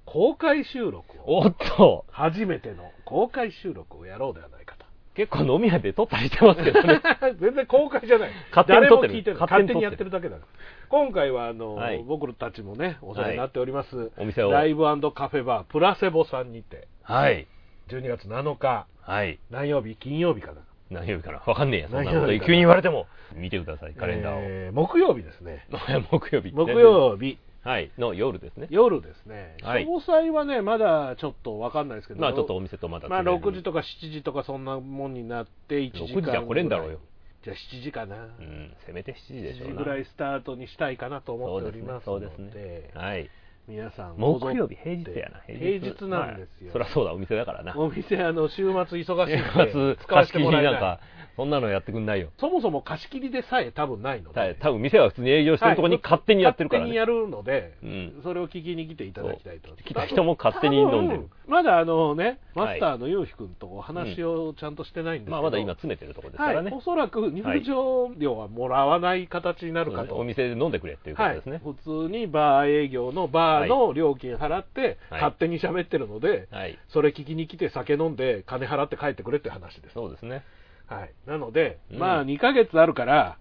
Speaker 1: 公開収録を
Speaker 2: おっと、
Speaker 1: 初めての公開収録をやろうではないかと
Speaker 2: 結構飲み屋で撮ったりしてますけどね。
Speaker 1: 全然公開じゃない
Speaker 2: 勝手に撮ってる
Speaker 1: 誰も聞いてない勝
Speaker 2: 勝
Speaker 1: 手
Speaker 2: 手
Speaker 1: に
Speaker 2: に
Speaker 1: や
Speaker 2: 撮
Speaker 1: っ
Speaker 2: ってて
Speaker 1: る
Speaker 2: る
Speaker 1: だけだから今回はあの、
Speaker 2: はい
Speaker 1: 僕たちもねお世話になっております、
Speaker 2: お店を。
Speaker 1: ライブカフェバープラセボさんにて
Speaker 2: はい。
Speaker 1: 12月7日
Speaker 2: はい。
Speaker 1: 何曜日金曜日かな
Speaker 2: 何曜日かなわかんねえや、そんな
Speaker 1: 何曜
Speaker 2: こと。
Speaker 1: 日かな
Speaker 2: 急に言われても。見てください、カレンダーを。
Speaker 1: えー木曜日ですね
Speaker 2: 木曜日。
Speaker 1: 木。曜日
Speaker 2: はい。の夜ですね。
Speaker 1: 夜ですね、
Speaker 2: はい
Speaker 1: 詳細はねまだちょっとわかんないですけど、
Speaker 2: まあちょっとお店とまだ。
Speaker 1: まあ6時とか7時とかそんなもんになって1時間
Speaker 2: 6時じゃ来れんだろうよ
Speaker 1: ぐらいじゃあ7時かな、
Speaker 2: うん、せめて7時でし
Speaker 1: 7
Speaker 2: ょう
Speaker 1: 時
Speaker 2: な
Speaker 1: ぐらいスタートにしたいかなと思
Speaker 2: そ
Speaker 1: っ
Speaker 2: う
Speaker 1: てお
Speaker 2: で
Speaker 1: り
Speaker 2: すね
Speaker 1: ます
Speaker 2: そ
Speaker 1: の
Speaker 2: う
Speaker 1: で
Speaker 2: ですねはい
Speaker 1: 皆さん戻って
Speaker 2: 木曜日平日やな
Speaker 1: 平日なんですよ、
Speaker 2: はいそりゃそうだお店だからな
Speaker 1: お店あの週末忙しいんで
Speaker 2: 週末
Speaker 1: 使わ
Speaker 2: 貸
Speaker 1: せ
Speaker 2: して切り
Speaker 1: もらえない
Speaker 2: なんかそんなのやってくんないよ
Speaker 1: そもそも貸し切りでさえ多分ないので、
Speaker 2: た多分店は普通に営業してるとこに勝手にやってるから
Speaker 1: 勝手
Speaker 2: ね、
Speaker 1: にやるので、
Speaker 2: うん
Speaker 1: それを聞きに来ていただきたいと
Speaker 2: そう来た人も勝手に飲んでる
Speaker 1: 多分まだあのねマ
Speaker 2: は
Speaker 1: ス
Speaker 2: い
Speaker 1: ターのゆうひくんとお話をちゃんとしてないんですけど、
Speaker 2: まあまだ今詰めてるとこですか
Speaker 1: はい
Speaker 2: らね、
Speaker 1: おそらく入場料はもらわない形になるかと、
Speaker 2: お店で飲んでくれっていうことですね
Speaker 1: はい、普通にバー営業のバーの料金払って、
Speaker 2: はい
Speaker 1: 勝手に喋ってるので、
Speaker 2: はい
Speaker 1: それ聞きに来て酒飲んで金払って帰ってくれって話です、
Speaker 2: そうですね
Speaker 1: はい、なので、
Speaker 2: うん
Speaker 1: まあ2ヶ月あるから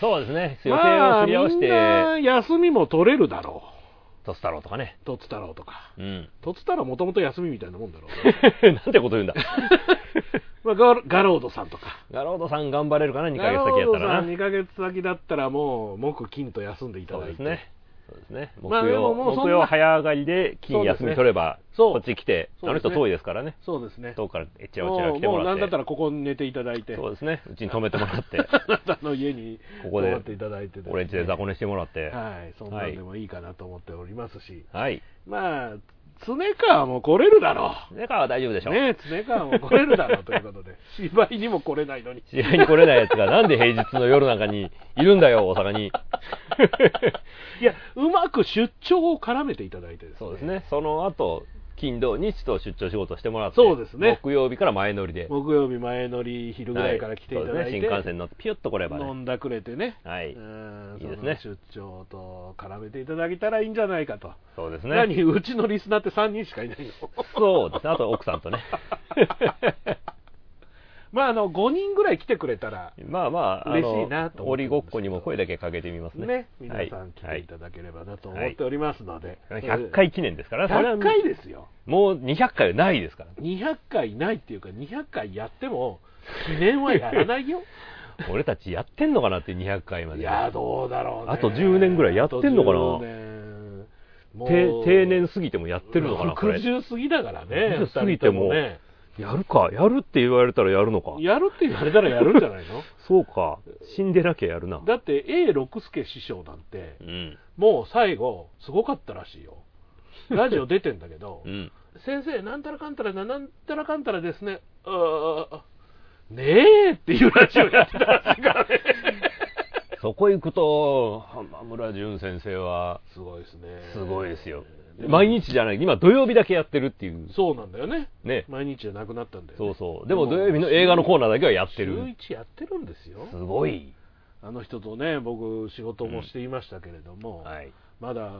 Speaker 2: そうですね予定をすり合わせて、
Speaker 1: まあ、みんな休みも取れるだろ
Speaker 2: トス太郎とかね
Speaker 1: うとつたろうとか
Speaker 2: うん
Speaker 1: とつたろうもともと休みみたいなもんだろうね、
Speaker 2: なんてこと言うんだ
Speaker 1: まあ、ガロガロードさんとか
Speaker 2: ガロードさん頑張れるかな2ヶ月先やっ
Speaker 1: ガロード
Speaker 2: たら
Speaker 1: さん
Speaker 2: な
Speaker 1: 2ヶ月先だったらもう木金と休んでいた
Speaker 2: そう
Speaker 1: だいて
Speaker 2: ですねそうですね木
Speaker 1: まあでも
Speaker 2: 曜,、
Speaker 1: もうそんな
Speaker 2: 木曜早上がりで
Speaker 1: そ
Speaker 2: 金
Speaker 1: うですね
Speaker 2: 休み取れば、
Speaker 1: そう
Speaker 2: こっち来て、
Speaker 1: そう
Speaker 2: あ
Speaker 1: です
Speaker 2: の
Speaker 1: ね
Speaker 2: 人遠いですからね
Speaker 1: そうですね
Speaker 2: 遠くからえちらおちら
Speaker 1: も
Speaker 2: 来
Speaker 1: う
Speaker 2: ても
Speaker 1: もう
Speaker 2: ら
Speaker 1: な
Speaker 2: っ
Speaker 1: ん
Speaker 2: て
Speaker 1: だったらここに寝ていただいて
Speaker 2: そうですねうちに泊めてもらっ て
Speaker 1: あなたの家に
Speaker 2: こ
Speaker 1: 泊
Speaker 2: こで
Speaker 1: まっていただいてですね
Speaker 2: 俺んちで雑魚寝してもらって
Speaker 1: はいそんなんでもいいかなと思っておりますし、
Speaker 2: はい
Speaker 1: まあ常川も来れるだろ
Speaker 2: だから大丈夫でし
Speaker 1: う
Speaker 2: ょ、
Speaker 1: ね常川も来れるだろうということ で芝居にも来れないのに
Speaker 2: 試合に来れないやつがなんで平日の夜なんかにいるんだよ大阪に
Speaker 1: いやうまく出張を絡めていただいてですね
Speaker 2: そうですねその後金土日と出張仕事してもらって
Speaker 1: そうですね
Speaker 2: 木曜日から前乗りで
Speaker 1: 木曜日前乗り昼ぐらいから来ていただいて、
Speaker 2: はそうですね新幹線乗ってピュッと来れば
Speaker 1: 飲
Speaker 2: ね
Speaker 1: んだくれてね、
Speaker 2: はい
Speaker 1: うん
Speaker 2: いいですね
Speaker 1: その出張と絡めていただけたらいいんじゃないかと、
Speaker 2: そうですね
Speaker 1: 何うちのリスナーって3人しかいないの
Speaker 2: そうですねあと奥さんとね
Speaker 1: まああの5人ぐらい来てくれたら
Speaker 2: まあまああの
Speaker 1: 嬉しいなと思ってるんですけど
Speaker 2: 折りごっこにも声だけかけてみますね
Speaker 1: ね皆さん来ていただければなと思っておりますので、
Speaker 2: はいはい、100回記念ですからそれは
Speaker 1: 100回ですよ
Speaker 2: もう200回はないですから
Speaker 1: 200回ないっていうか200回やっても記念はやらない よ
Speaker 2: 俺たちやってんのかなって200回まで
Speaker 1: いやどうだろうね
Speaker 2: あと10年ぐらいやってんのか
Speaker 1: あ
Speaker 2: な
Speaker 1: と10年もう
Speaker 2: 定定年過ぎてもやってるのかなこれ
Speaker 1: 60過ぎだからね
Speaker 2: 60過ぎても
Speaker 1: 二人とね
Speaker 2: やるかやるって言われたらやるのか
Speaker 1: やるって言われたらやるんじゃないの
Speaker 2: そうか死んでなきゃやるな
Speaker 1: だって A 六輔師匠なんて
Speaker 2: うん
Speaker 1: もう最後すごかったらしいよラジオ出てんだけど、
Speaker 2: うん
Speaker 1: 先生なんたらかんたらななんたらかんたらですねあーねえっていうラジオやってたらしいから ね
Speaker 2: そこ行くと浜村淳先生は
Speaker 1: すごいですね
Speaker 2: すごいですよ
Speaker 1: でも
Speaker 2: 毎日じゃない今土曜日だけやってるっていう
Speaker 1: そうなんだよね
Speaker 2: ね
Speaker 1: 毎日じゃなくなったんだよね、
Speaker 2: そうそうでも土曜日の映画のコーナーだけはやってる
Speaker 1: 週1やってるんですよ
Speaker 2: すごい
Speaker 1: あの人とね僕仕事もしていましたけれども、
Speaker 2: はい
Speaker 1: まだ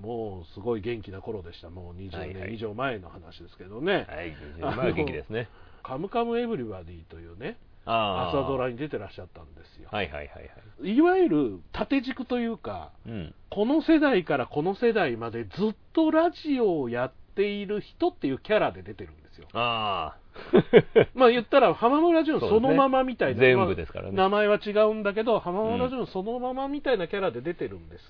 Speaker 1: もうすごい元気な頃でしたもう
Speaker 2: はい
Speaker 1: 20
Speaker 2: は
Speaker 1: 年
Speaker 2: い
Speaker 1: 以上前の話ですけどね「
Speaker 2: はい
Speaker 1: あの
Speaker 2: まあ元気ですね
Speaker 1: カムカムエヴリバディ」というね
Speaker 2: ああ
Speaker 1: 朝ドラに出てらっしゃったんですよ、
Speaker 2: はいはいはいはい
Speaker 1: いわゆる縦軸というか
Speaker 2: うん
Speaker 1: この世代からこの世代までずっとラジオをやっている人っていうキャラで出てるん ですよ
Speaker 2: あ
Speaker 1: まあ言ったら浜村淳
Speaker 2: そうで
Speaker 1: そ
Speaker 2: すね
Speaker 1: のままみたいな、
Speaker 2: 全部ですからね
Speaker 1: まあ名前は違うんだけど浜村淳そのままみたいなキャラで出てるんです、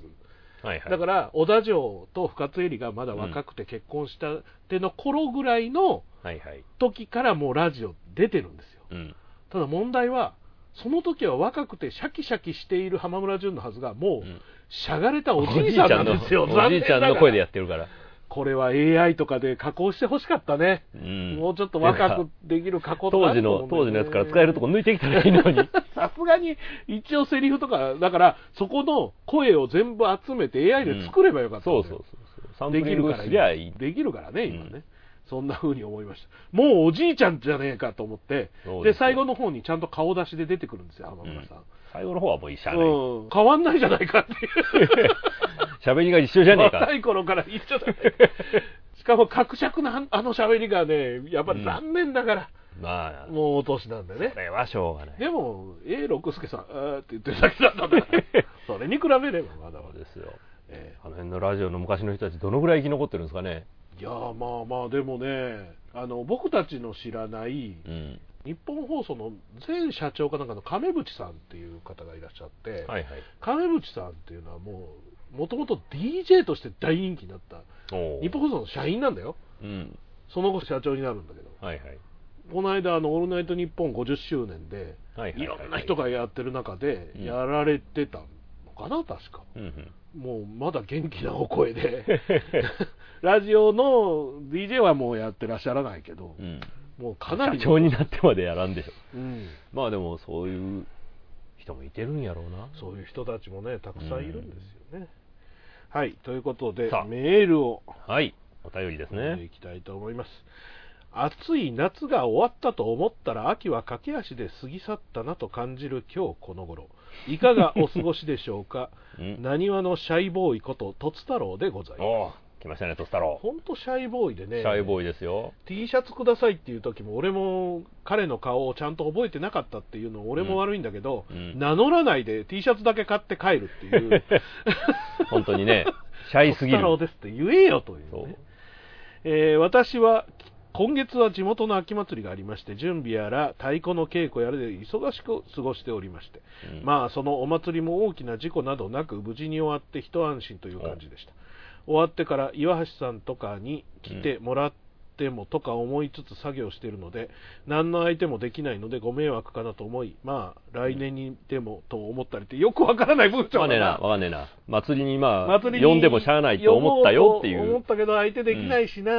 Speaker 2: あはいはい
Speaker 1: だから小田城と深津絵里がまだ若くて結婚したての頃ぐらいの
Speaker 2: はいはい
Speaker 1: 時からもうラジオ出てるんですよ
Speaker 2: うん
Speaker 1: ただ問題はその時は若くてシャキシャキしている浜村淳のはずがもう
Speaker 2: うん
Speaker 1: しゃがれたおじいちゃんなんですよ
Speaker 2: おじいちゃんのおじいちゃんの声でや
Speaker 1: っ
Speaker 2: ってるから
Speaker 1: これは AI とかで加工してほしかったね、
Speaker 2: うん
Speaker 1: もうちょっと若くできる加工とかあ
Speaker 2: 当
Speaker 1: る
Speaker 2: 時
Speaker 1: と思う
Speaker 2: の
Speaker 1: んだよね
Speaker 2: 当時のやつから使えるとこ抜いてきたらいいのに
Speaker 1: さすがに一応セリフとかだからそこの声を全部集めて AI で作ればよかったんだ
Speaker 2: そう
Speaker 1: よ、
Speaker 2: そうそうそうサンプ
Speaker 1: でき
Speaker 2: リン
Speaker 1: る
Speaker 2: グ
Speaker 1: から
Speaker 2: すりゃいい
Speaker 1: できるからね、今ね、
Speaker 2: うん
Speaker 1: そんな風に思いました、もうおじいちゃんじゃねえかと思って、
Speaker 2: そう
Speaker 1: で
Speaker 2: ですよ
Speaker 1: 最後の方にちゃんと顔出しで出てくるんですよ、浜村さん。うん
Speaker 2: 最後の方はもういいしゃあない
Speaker 1: 変わんないじゃないかっていう、
Speaker 2: 喋りが一緒じゃねえか
Speaker 1: 若い頃から一緒だねしかも、格尺なあの喋りがね、やっぱり残念ながら、
Speaker 2: まあ
Speaker 1: もうお年なんでね
Speaker 2: こ。れはしょうがない
Speaker 1: でも、A 六輔さん、あーって言ってるだけだったん だから、それに比べればまだま
Speaker 2: そう
Speaker 1: だ
Speaker 2: ですよ
Speaker 1: え
Speaker 2: あの辺のラジオの昔の人たちどのぐらい生き残ってるんですかね
Speaker 1: えいやーまあまあ、でもね、あの僕たちの知らない、
Speaker 2: うん
Speaker 1: 日本放送の前社長かなんかの亀渕さんっていう方がいらっしゃって、
Speaker 2: はいはい
Speaker 1: 亀渕さんっていうのはもう、もともと DJ として大人気になった、
Speaker 2: おー
Speaker 1: 日本放送の社員なんだよ、
Speaker 2: うん
Speaker 1: その後社長になるんだけど、
Speaker 2: はいはい
Speaker 1: この間、あのオールナイトニッポン50周年で、
Speaker 2: はいはいはい
Speaker 1: いろんな人がやってる中で、
Speaker 2: うん
Speaker 1: やられてたのかな、確か。
Speaker 2: うんうん
Speaker 1: もうまだ元気なお声で ラジオの DJ はもうやってらっしゃらないけど、
Speaker 2: うん、
Speaker 1: もうか
Speaker 2: 社
Speaker 1: なりの
Speaker 2: 長になってまでやらんでしょ
Speaker 1: うん、
Speaker 2: まあでもそういう人もいてるんやろうな
Speaker 1: そういう人たちもねたくさんいるんですよね、はいということで
Speaker 2: さあ
Speaker 1: メールを
Speaker 2: はいお便りです
Speaker 1: 読んで
Speaker 2: ね
Speaker 1: いきたいと思います、暑い夏が終わったと思ったら秋は駆け足で過ぎ去ったなと感じる今日この頃いかがお過ごしでし ょうか
Speaker 2: うん
Speaker 1: なにわのシャイボーイこととつ太郎でございます
Speaker 2: おお来ましたねと太郎
Speaker 1: ほんとシャイボーイで
Speaker 2: シ
Speaker 1: ね
Speaker 2: ャイボーイですよ
Speaker 1: T シャツくださいっていう時も俺も彼の顔をちゃんと覚えてなかったっていうの俺も悪いんだけど、
Speaker 2: うん
Speaker 1: 名乗らないで T シャツだけ買って帰るって いう
Speaker 2: 本当に ねシャイすぎ
Speaker 1: トスタロー
Speaker 2: る
Speaker 1: ですって言えよという,、ね
Speaker 2: そう
Speaker 1: えー私は今月は地元の秋祭りがありまして準備やら太鼓の稽古やらで忙しく過ごしておりまして、
Speaker 2: うん
Speaker 1: まあそのお祭りも大きな事故などなく無事に終わって一安心という感じでした終わってから岩橋さんとかに来てもらってもとか思いつつ作業しているので何の相手もできないのでご迷惑かなと思いまあ来年にでもと思ったりってよくわからない文章だ
Speaker 2: わかんねえな
Speaker 1: な
Speaker 2: わかんねえな祭りにまあ
Speaker 1: 祭りに
Speaker 2: 呼んでもしゃあないと思ったよってい
Speaker 1: 呼ぼと思
Speaker 2: う
Speaker 1: ったけど相手できないしな、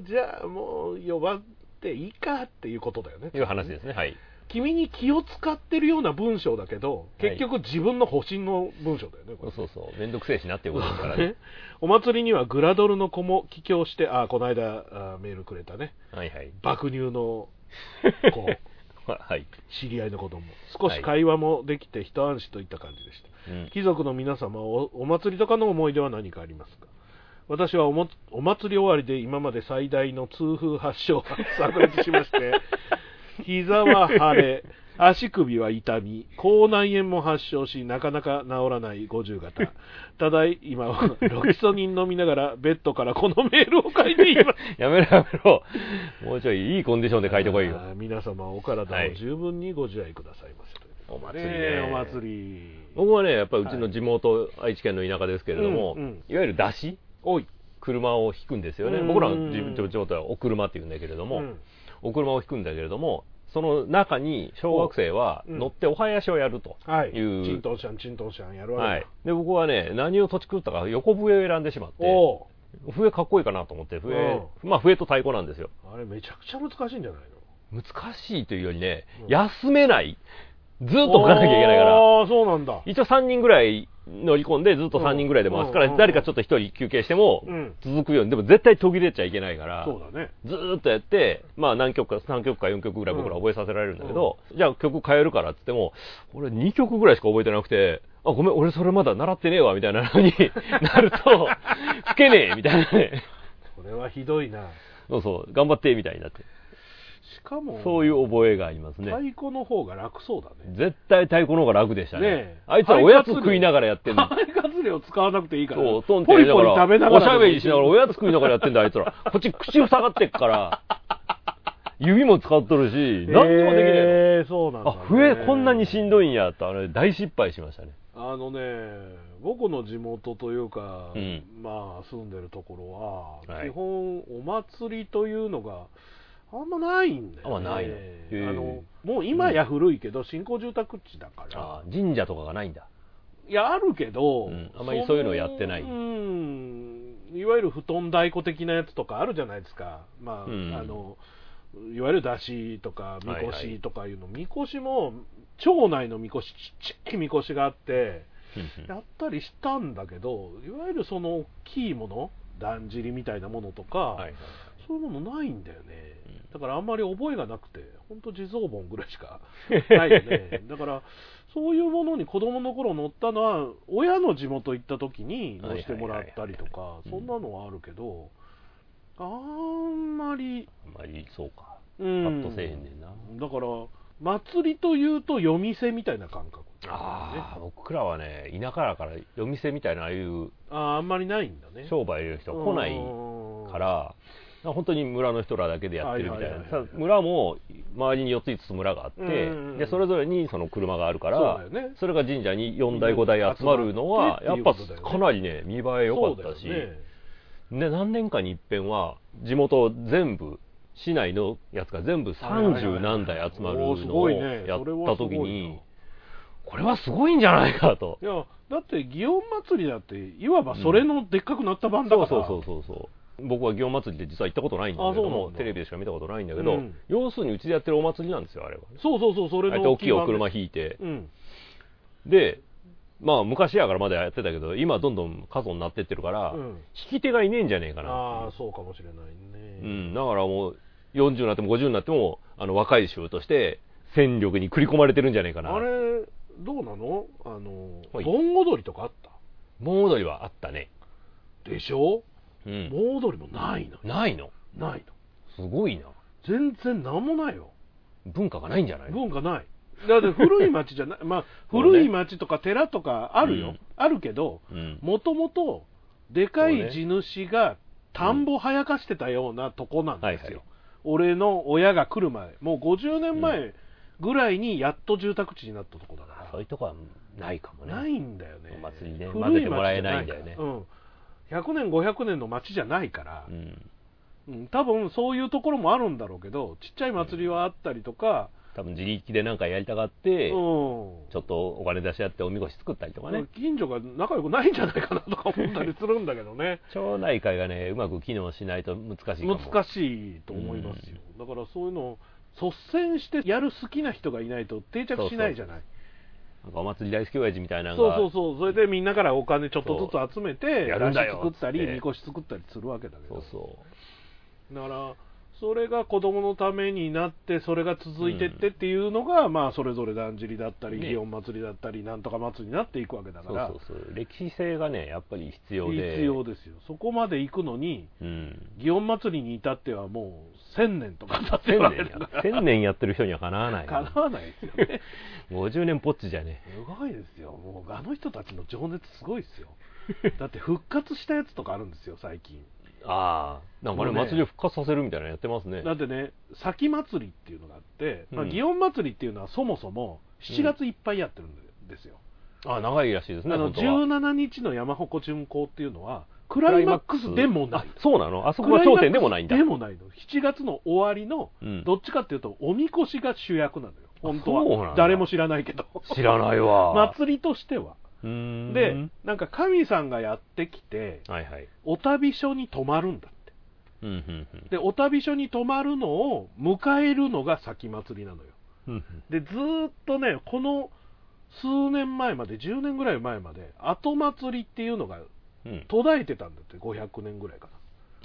Speaker 1: じゃあもう呼ばっていいかっていうことだよね
Speaker 2: いう話ですねはい
Speaker 1: 君に気を使ってるような文章だけど結局自分の保身の文章だよねこ
Speaker 2: そう
Speaker 1: れ
Speaker 2: そうそう面倒くせえしなっていうことですからね
Speaker 1: ねお祭りにはグラドルの子も帰郷してあこの間あメールくれたね
Speaker 2: はい はい
Speaker 1: 爆乳の子
Speaker 2: はい、
Speaker 1: 知り合いの子供少し会話もできて一安心といった感じでした、
Speaker 2: うん
Speaker 1: 貴族の皆様お、お祭りとかの思い出は何かありますか私はおもお祭り終わりで今まで最大の痛風発症が炸裂しま して、膝は腫れ、足首は痛み、口内炎も発症し、なかなか治らない50型。ただい今はロキソニン飲みながらベッドからこのメールを書いています。
Speaker 2: やめろやめろもうちょいいいコンディションで書いてこいよ
Speaker 1: あー皆様お体を十分にご自愛くださいませ、
Speaker 2: お祭り
Speaker 1: ね
Speaker 2: ね
Speaker 1: えお祭り
Speaker 2: 僕はねやっぱりうちの地元、愛知県の田舎ですけれども、
Speaker 1: うんうん
Speaker 2: いわゆる出し
Speaker 1: おい
Speaker 2: 車を引くんですよね
Speaker 1: うん
Speaker 2: 僕らの地地元はお車っていうんだけれども、
Speaker 1: うん
Speaker 2: お車を引くんだけれどもその中に小学生は
Speaker 1: おうん
Speaker 2: 乗ってお囃子をやると
Speaker 1: はい、
Speaker 2: い
Speaker 1: チン
Speaker 2: う、
Speaker 1: トンシャンチントンシャンやるわけだ、
Speaker 2: はい、で僕はね何を土地狂ったか横笛を選んでしまって
Speaker 1: おお
Speaker 2: 笛かっこいいかなと思って笛,、まあ、笛と太鼓なんですよ
Speaker 1: あれめちゃくちゃ難しいんじゃないの
Speaker 2: 難しいというよりね、
Speaker 1: うん
Speaker 2: 休めないずっと置かなきゃいけないから
Speaker 1: ああそうなんだ
Speaker 2: 一応3人ぐらい乗り込んでずっと3人ぐらいで回すか
Speaker 1: うんう
Speaker 2: ら
Speaker 1: ん
Speaker 2: 誰かちょっと1人休憩しても
Speaker 1: うん
Speaker 2: 続くようにでも絶対途切れちゃいけないから
Speaker 1: そうだね
Speaker 2: ずーっとやって、まあ何曲か、3曲か4曲ぐらい僕ら覚えさせられるんだけど、じゃあ曲変えるからって言っても、俺2曲ぐらいしか覚えてなくて、あ、ごめん、俺それまだ習ってねえわ、みたいなのに なると、吹けねえ、みたいなね。
Speaker 1: これはひどいな
Speaker 2: そうそう、頑張って、みたいになって。
Speaker 1: しかも
Speaker 2: そういう覚えがありますね。
Speaker 1: 太鼓の方が楽そうだね
Speaker 2: 絶対太鼓の方が楽でしたね。
Speaker 1: ねえ
Speaker 2: あいつはおやつ食いながら やってんの。
Speaker 1: 肺活量使わなくていいから
Speaker 2: そう、トンっ
Speaker 1: ポ
Speaker 2: てやり
Speaker 1: リ
Speaker 2: な
Speaker 1: ポリ
Speaker 2: が
Speaker 1: 食べな
Speaker 2: ら、
Speaker 1: が
Speaker 2: お
Speaker 1: ら
Speaker 2: しゃべりしながら、お
Speaker 1: や
Speaker 2: やつ食いながらやってんだ、あいつら。こっち口塞がってっから、 指も使っとるし、何にもできないの。
Speaker 1: えー、そうなんだ、ね
Speaker 2: あ、、笛こんなにしんどいんやとあれ大失敗しましたね。
Speaker 1: あのね僕の地元というか、
Speaker 2: うん
Speaker 1: まあ住んでるところは、
Speaker 2: はい
Speaker 1: 基本お祭りというのがあんまないんだよ、ね、
Speaker 2: あんまないのへえ
Speaker 1: あのもう今や古いけど、新興住宅地だから
Speaker 2: あー神社とかがないんだ。
Speaker 1: いや、あるけど、
Speaker 2: うんあまりそういうのやってない
Speaker 1: うん、いわゆる布団太鼓的なやつとかあるじゃないですか、まあ
Speaker 2: うん
Speaker 1: あのいわゆる出しとか、みこ
Speaker 2: はいは
Speaker 1: し
Speaker 2: い
Speaker 1: とかいうの、みこしも、町内のみこし、ちっちゃいみこしがあって、 やったりしたんだけど、いわゆるその大きいもの、だんじりみたいなものとか、
Speaker 2: はい。
Speaker 1: そういうものないんだよね、
Speaker 2: うん
Speaker 1: だからあんまり覚えがなくて、本当、地蔵本ぐらいし かないよね、だからそういうものに子供の頃乗ったのは、親の地元行った時に乗してもらったりとか
Speaker 2: は、いはいはいはい
Speaker 1: そんなのはあるけど、あんまり、
Speaker 2: あんまりそうか。
Speaker 1: う
Speaker 2: パ
Speaker 1: ん、
Speaker 2: ッとせえへんねんな。
Speaker 1: だから、祭りというと、夜店みたいな感覚、
Speaker 2: ああ、
Speaker 1: ね
Speaker 2: 僕らはね、田舎だから、夜店みたいな、ああいう
Speaker 1: あーあんまりないんだね。
Speaker 2: 商売の人は来ないから、本当に村の人らだけでやってるみたい
Speaker 1: はいは
Speaker 2: な
Speaker 1: いはいはい。
Speaker 2: ただ村も、周りに4つ5つ村があっ
Speaker 1: うん
Speaker 2: て
Speaker 1: うんうん、
Speaker 2: で、それぞれにその車があるか
Speaker 1: そうだ
Speaker 2: ら
Speaker 1: よね、
Speaker 2: それが神社に4台5台集まるのは、
Speaker 1: 集まっってい
Speaker 2: やって
Speaker 1: う
Speaker 2: ぱ
Speaker 1: ことだよね
Speaker 2: かなりね、見栄え良かった
Speaker 1: そ
Speaker 2: し
Speaker 1: うだ、よね
Speaker 2: で何年かに一遍は地元全部市内のやつが全部三十何台集まる
Speaker 1: おーす
Speaker 2: の
Speaker 1: ご
Speaker 2: を
Speaker 1: いね
Speaker 2: やった時に、
Speaker 1: それはすごいな
Speaker 2: これはすごいんじゃないかと
Speaker 1: い。やだって祇園祭りだっていわばそれのでっかくなった版だから、
Speaker 2: そうそうそうそう僕は祇園祭りって実は行ったことないんだけど
Speaker 1: あそうな
Speaker 2: も
Speaker 1: んだ
Speaker 2: テレビでしか見たことないんだけど、
Speaker 1: うん
Speaker 2: 要するにうちでやってるお祭りなんですよあれは
Speaker 1: そうそうそうそれ
Speaker 2: ああやっ
Speaker 1: の
Speaker 2: て大きいお
Speaker 1: 版で
Speaker 2: 車引いて
Speaker 1: うん
Speaker 2: でまあ昔やからまだやってたけど今どんどん過疎になってってるから、
Speaker 1: うん
Speaker 2: 引き手がいねえんじゃねえかな
Speaker 1: あ
Speaker 2: っ
Speaker 1: あ
Speaker 2: て
Speaker 1: そうかもしれない
Speaker 2: いう、う
Speaker 1: ね、
Speaker 2: ん、だからもう40になっても50になってもあの若い衆として戦力に繰り込まれてるんじゃねえかな
Speaker 1: あれどうなのあの
Speaker 2: はい
Speaker 1: 盆踊りとかあっ
Speaker 2: 盆踊りはあったね、
Speaker 1: たでしょ、
Speaker 2: うん、
Speaker 1: 盆踊りもないのよ
Speaker 2: ないの
Speaker 1: ないの
Speaker 2: すごいな
Speaker 1: 全然なんもないよ
Speaker 2: 文化がないんじゃない
Speaker 1: 文化ないだって古い町じゃ ないまあ
Speaker 2: そうね
Speaker 1: 古い町とか寺とかあるよ、
Speaker 2: うん
Speaker 1: あるけど
Speaker 2: うん
Speaker 1: もともとでか
Speaker 2: そう
Speaker 1: い
Speaker 2: ね
Speaker 1: 地主が田んぼはやかしてたようなとこなんですよ、
Speaker 2: はいはい
Speaker 1: 俺の親が来る前もう50年前ぐらいにやっと住宅地になったとこだから、
Speaker 2: そういうとこはないかもね
Speaker 1: ないんだよね
Speaker 2: お祭りね
Speaker 1: 古い
Speaker 2: 混ぜてもらえないんだよね
Speaker 1: 町じゃないからうん、100年500年の町じゃないから
Speaker 2: う、ん、
Speaker 1: うん、多分そういうところもあるんだろうけどちっちゃい祭りはあったりとか、
Speaker 2: 多分自力でなんかやりたがって、
Speaker 1: うん
Speaker 2: ちょっとお金出し合っておみこし作ったりとかね、
Speaker 1: 近所が仲良くないんじゃないかなとか思ったりするんだけど ね
Speaker 2: 町内会がねうまく機能しないと難しいかも
Speaker 1: 難しいと思いますよ、だからそういうのを率先してやる好きな人がいないと定着しないじゃない
Speaker 2: なんかお祭り大好き親父みたいなの
Speaker 1: そう
Speaker 2: が
Speaker 1: そうそうそれでみんなからお金ちょっとずつ集めて
Speaker 2: やるんだよ
Speaker 1: 山車作った
Speaker 2: っ
Speaker 1: り
Speaker 2: て
Speaker 1: みこし作ったりするわけだけど
Speaker 2: そうそ
Speaker 1: だからそれが子供のためになってそれが続いてってっていうのが、まあそれぞれだんじりだったり
Speaker 2: ね
Speaker 1: 祇園祭りだったりなんとか祭りになっていくわけだ
Speaker 2: う
Speaker 1: か
Speaker 2: そう
Speaker 1: ら
Speaker 2: そうそう歴史性がねやっぱり必要で
Speaker 1: 必要ですよそこまで行くのに
Speaker 2: うん
Speaker 1: 祇園祭りに至ってはもう1000年とか経って
Speaker 2: 千
Speaker 1: るわけ
Speaker 2: 年
Speaker 1: だか
Speaker 2: や千年やってる人にはかなわない
Speaker 1: らかなわないですよ ね
Speaker 2: 50年ぽっちじゃね
Speaker 1: すごいですよもうあの人たちの情熱すごいですよ だって復活したやつとかあるんですよ最近
Speaker 2: ああなんかね
Speaker 1: もうね
Speaker 2: 祭りを復活させるみたいなのやってますね
Speaker 1: だってね先祭りっていうのがあって、まあ、
Speaker 2: うん
Speaker 1: 祇園祭りっていうのはそもそも7月いっぱいやってるんですよ、
Speaker 2: ああ長いらしいですね
Speaker 1: あの
Speaker 2: 本当は
Speaker 1: 17日の山鉾巡行っていうのはクライマックスでもない
Speaker 2: あそうなのあそこが頂点でもないんだ
Speaker 1: クライマックスでもないの7月の終わりの
Speaker 2: うん
Speaker 1: どっちかっていうとおみこしが主役なのよ本当
Speaker 2: そうなんだ
Speaker 1: は誰も知らないけど
Speaker 2: 知らないわ
Speaker 1: 祭りとしては
Speaker 2: うーん
Speaker 1: でなんか神さんがやってきて
Speaker 2: はいはい
Speaker 1: お旅所に泊まるんだって
Speaker 2: うんうんうん
Speaker 1: でお旅所に泊まるのを迎えるのが先祭りなのよ
Speaker 2: うんうん
Speaker 1: でずーっとねこの数年前まで10年ぐらい前まで後祭りっていうのが
Speaker 2: うん
Speaker 1: 途絶えてたんだって500年ぐらいか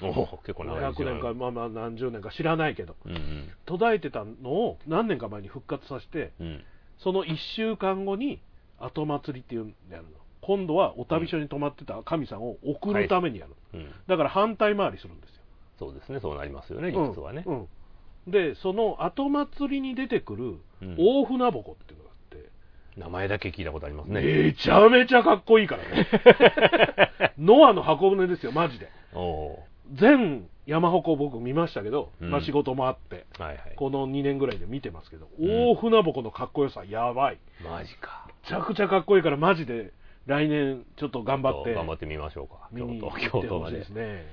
Speaker 2: おお結構
Speaker 1: な
Speaker 2: 長
Speaker 1: 500
Speaker 2: い
Speaker 1: 年かまあまあ何十年か知らないけど
Speaker 2: うんうん
Speaker 1: 途絶えてたのを何年か前に復活させて
Speaker 2: うん
Speaker 1: その1週間後に後祭りっていうのやるの今度はお旅所に泊まってた神さんを送るためにやる、
Speaker 2: うん
Speaker 1: だから反対回りするんですよ
Speaker 2: そうですねそうなりますよね理屈はね
Speaker 1: うんうんでその後祭りに出てくる
Speaker 2: うん
Speaker 1: 大船鉾っていうのがあって、
Speaker 2: 名前だけ聞いたことありますね
Speaker 1: めちゃめちゃかっこいいからね ノアの箱舟ですよマジで
Speaker 2: おお
Speaker 1: 全山鉾僕見ましたけど、
Speaker 2: うん
Speaker 1: まあ、仕事もあって
Speaker 2: ーはいはい
Speaker 1: この2年ぐらいで見てますけど、
Speaker 2: ん
Speaker 1: 大船鉾のかっこよさやばい
Speaker 2: マジか
Speaker 1: めちゃくちゃかっこいいからマジで来年ちょっと頑張って
Speaker 2: 頑張ってみましょうか
Speaker 1: 見
Speaker 2: 京
Speaker 1: に行
Speaker 2: 都
Speaker 1: って
Speaker 2: 京都
Speaker 1: ほ
Speaker 2: ま
Speaker 1: しいで
Speaker 2: です
Speaker 1: ね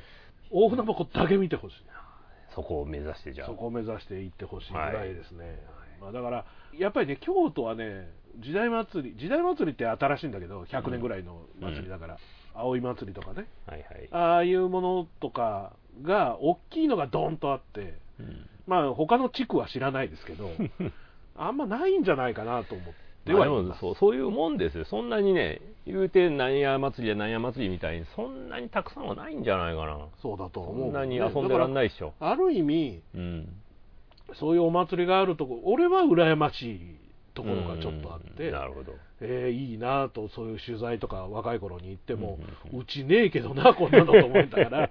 Speaker 1: 大船鉾だけ見てほしい
Speaker 2: そこを目指してじゃあ
Speaker 1: そこを目指して行ってほしいぐらいですね、まあ、だからやっぱりね京都はね時代祭り時代祭りって新しいんだけど100年ぐらいの祭りだから、葵祭りとかね
Speaker 2: はいはい
Speaker 1: ああいうものとかが大きいのがドンとあって
Speaker 2: うん
Speaker 1: まあ他の地区は知らないですけ どあんまないんじゃないかなと思って
Speaker 2: まあ
Speaker 1: は
Speaker 2: で
Speaker 1: い
Speaker 2: も
Speaker 1: ます
Speaker 2: そうそういうもんですよそんなにね言うてなんや祭りやなんや祭りみたいにそんなにたくさんはないんじゃないかな
Speaker 1: そうだと
Speaker 2: そ
Speaker 1: 思う、
Speaker 2: んなに遊んでらんないでしょ
Speaker 1: だからある意味
Speaker 2: うん
Speaker 1: そういうお祭りがあるとこ俺は羨ましいところがちょっとあっ
Speaker 2: う
Speaker 1: て
Speaker 2: んなるほど
Speaker 1: えーいいなとそういう取材とか若い頃に行っても
Speaker 2: うんうんう
Speaker 1: うちねえけどなこんなのと思いながら
Speaker 2: い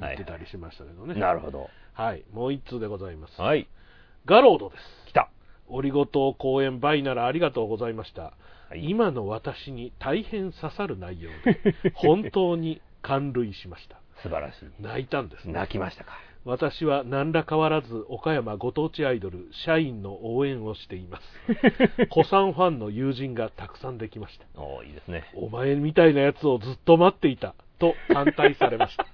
Speaker 1: 行ってたりしましたけどね
Speaker 2: なるほど
Speaker 1: はいもう1通でございます
Speaker 2: はい
Speaker 1: ガロードです
Speaker 2: 来た
Speaker 1: オリゴ糖公演倍ならありがとうございました、
Speaker 2: はい
Speaker 1: 今の私に大変刺さる内容で本当に感涙しました
Speaker 2: 素晴らしい
Speaker 1: 泣いたんですね
Speaker 2: 泣きましたか
Speaker 1: 私は何ら変わらず岡山ご当地アイドル社員の応援をしています 古参ファンの友人がたくさんできました
Speaker 2: おおいいですね
Speaker 1: お前みたいなやつをずっと待っていたと反対されました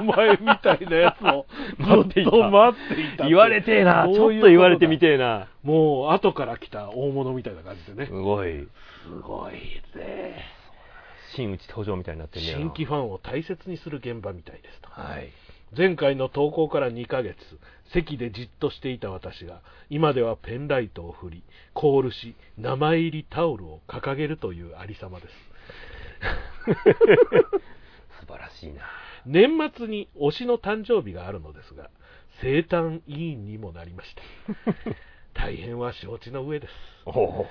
Speaker 1: お前みたいなやつを
Speaker 2: 待ってい
Speaker 1: ず
Speaker 2: た
Speaker 1: っと待っていた
Speaker 2: 言われてえな、ちょっと言われてみ
Speaker 1: え
Speaker 2: てえな。
Speaker 1: もう後から来た大物みたいな感じでね、
Speaker 2: すごい、
Speaker 1: すごいぜ
Speaker 2: 真打ち登場みたいになってんねやな
Speaker 1: 新規ファンを大切にする現場みたいですと
Speaker 2: はい。
Speaker 1: 前回の投稿から2ヶ月席でじっとしていた私が今ではペンライトを振りコールし名前入りタオルを掲げるというありさまです
Speaker 2: 素晴らしいな。
Speaker 1: 年末に推しの誕生日があるのですが生誕委員にもなりました大変は承知の上です
Speaker 2: おお、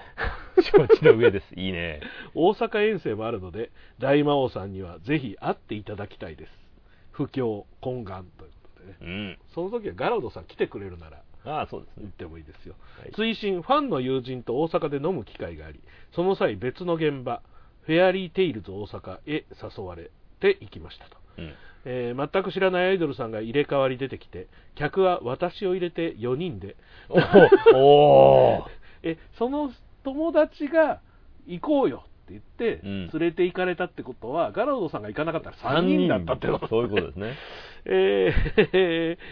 Speaker 2: 承知の上です。いいね。
Speaker 1: 大阪遠征もあるので大魔王さんにはぜひ会っていただきたいです不況懇願ということでね
Speaker 2: うん。
Speaker 1: その時はガラドさん来てくれるなら
Speaker 2: ああ、そうです
Speaker 1: 言っ
Speaker 2: ね。
Speaker 1: てもいいですよ、
Speaker 2: はい
Speaker 1: 追伸ファンの友人と大阪で飲む機会がありその際別の現場フェアリーテイルズ大阪へ誘われて行きましたと、
Speaker 2: うん。
Speaker 1: えー全く知らないアイドルさんが入れ替わり出てきて客は私を入れて4人で
Speaker 2: おお、お お。
Speaker 1: えその友達が行こうよって言って
Speaker 2: うん
Speaker 1: 連れて行かれたってことは、ガラウドさんが行かなかったら3人だったってこと
Speaker 2: そういうことですね。
Speaker 1: えー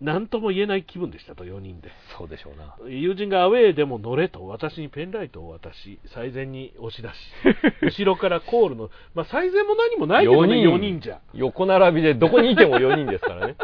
Speaker 1: なんとも言えない気分でしたと4人で
Speaker 2: そうでしょうな。
Speaker 1: 友人がアウェーでも乗れと私にペンライトを渡し最前に押し出し後 ろからコールの、まあ、最前も何もないけどね4人じゃ
Speaker 2: 横並びでどこにいても4人で すからね。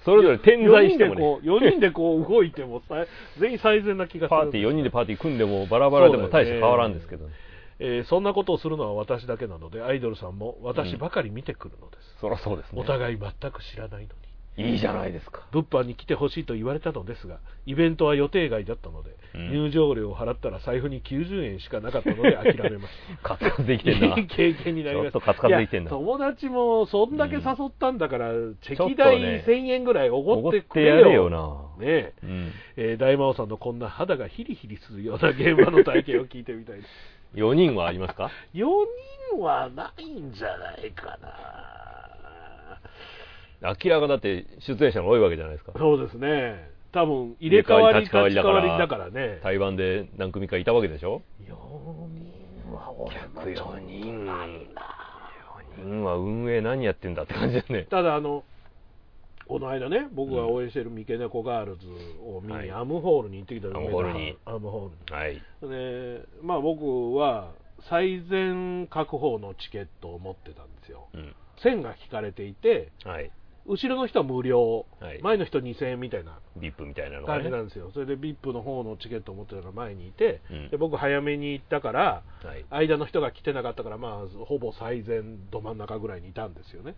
Speaker 2: それぞれ点在してもね。
Speaker 1: 4人でこう4人でこう動いても さ全員最前な気がす
Speaker 2: パ
Speaker 1: る
Speaker 2: ーティー、4人でパーティー組んでもバラバラでも大して変わらんですけどね。
Speaker 1: えーそんなことをするのは私だけなのでアイドルさんも私ばかり見てくるのです、
Speaker 2: そりゃそうですね。
Speaker 1: お互い全く知らないのに
Speaker 2: いいじゃないですか。
Speaker 1: 物販に来てほしいと言われたのですがイベントは予定外だったので、
Speaker 2: うん
Speaker 1: 入場料を払ったら財布に90円しかなかったので諦めました
Speaker 2: カツカツできてんな。
Speaker 1: いい 経験になりました
Speaker 2: ちょっとカツカツできてんない
Speaker 1: や友達もそんだけ誘ったんだから、チェキ
Speaker 2: ちょっとね
Speaker 1: 代1000円ぐらいおごってくれよ
Speaker 2: おごってやれよな
Speaker 1: ね
Speaker 2: うん。
Speaker 1: ええー大魔王さんのこんな肌がヒリヒリするような現場の体験を聞いてみたいです
Speaker 2: 4人はありますか
Speaker 1: 4人はないんじゃないかな
Speaker 2: 明らかだって出演者が多いわけじゃないですか。
Speaker 1: そうですね多分入れ替わり立ち替わりだからね
Speaker 2: 台湾で何組かいたわけでしょ
Speaker 1: 4人は俺もちょっと
Speaker 2: 4人
Speaker 1: ないな
Speaker 2: 4人は運営何やってんだって感じだ ね。
Speaker 1: ただあのこの間ね僕が応援してる三毛猫ガールズを見に、
Speaker 2: はい
Speaker 1: アムホールに行ってきたの
Speaker 2: アムホールに
Speaker 1: アムホ
Speaker 2: はい。
Speaker 1: ールにでまあ僕は最善確保のチケットを持ってたんですよ
Speaker 2: うん。
Speaker 1: 線が引かれていて
Speaker 2: はい。
Speaker 1: 後ろの人は無料、
Speaker 2: はい
Speaker 1: 前の人2000円みたいな
Speaker 2: ビップみたいなのが
Speaker 1: 感
Speaker 2: ね。
Speaker 1: じな
Speaker 2: は
Speaker 1: んですよ、それで VIP の方のチケットを持ってたのが前にいて、
Speaker 2: うん
Speaker 1: で僕早めに行ったから
Speaker 2: い。
Speaker 1: 間の人が来てなかったからまあほぼ最善ど真ん中ぐらいにいたんですよね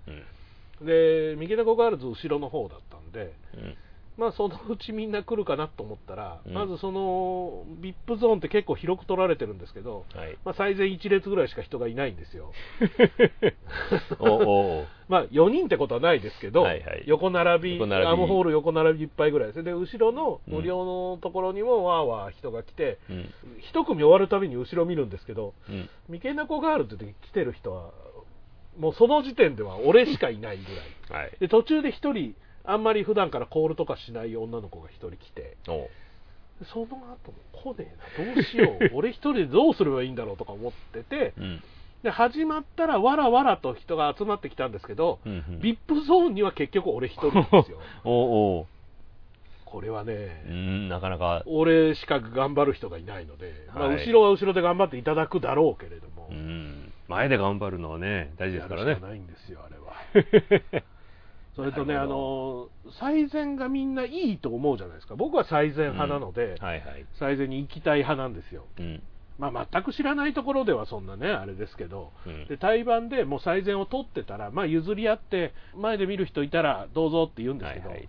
Speaker 2: うん。
Speaker 1: で三毛猫ガールズ後ろの方だったんで
Speaker 2: うん。
Speaker 1: まあそのうちみんな来るかなと思ったら、
Speaker 2: うん
Speaker 1: まずその VIP ゾーンって結構広く取られてるんですけど、
Speaker 2: はい。
Speaker 1: まあ、最前1列ぐらいしか人がいないんですよ、
Speaker 2: おおお。
Speaker 1: まあ、4人ってことはないですけど、
Speaker 2: はいはい
Speaker 1: 横並び
Speaker 2: 横並び
Speaker 1: アームホール横並びいっぱいぐらいですで後ろの無料のところにもわーわー人が来て、
Speaker 2: うん。
Speaker 1: 一組終わるたびに後ろ見るんですけど
Speaker 2: うん。
Speaker 1: 三毛猫ガールズで来てる人はもうその時点では俺しかいないぐらい
Speaker 2: はい。
Speaker 1: で途中で1人あんまり普段からコールとかしない女の子が1人来て
Speaker 2: おう
Speaker 1: その後も来ねえなどうし よう俺1人でどうすればいいんだろうとか思ってて
Speaker 2: うん。
Speaker 1: で始まったらわらわらと人が集まってきたんですけど、
Speaker 2: うんうん
Speaker 1: VIP ゾーンには結局俺1人なんで すよ
Speaker 2: おうお
Speaker 1: これはね
Speaker 2: う。うん、なかなか。
Speaker 1: 俺しか頑張る人がいないので、まあ
Speaker 2: はい
Speaker 1: 後ろは後ろで頑張っていただくだろうけれども、
Speaker 2: うん。前で頑張るのはね、大事ですから
Speaker 1: や
Speaker 2: ね
Speaker 1: るし。かないんですよあれは それとね
Speaker 2: な
Speaker 1: あ
Speaker 2: るほ
Speaker 1: の最善がみんないいと思うじゃないですか僕は最善派なので、
Speaker 2: はいはい。
Speaker 1: 最善に行きたい派なんですよ
Speaker 2: うん。
Speaker 1: まあ全く知らないところではそんなねあれですけど、
Speaker 2: うん
Speaker 1: で対バンでもう最善を取ってたらまあ譲り合って前で見る人いたらどうぞって言うんで
Speaker 2: は
Speaker 1: す
Speaker 2: い
Speaker 1: けど、
Speaker 2: はい。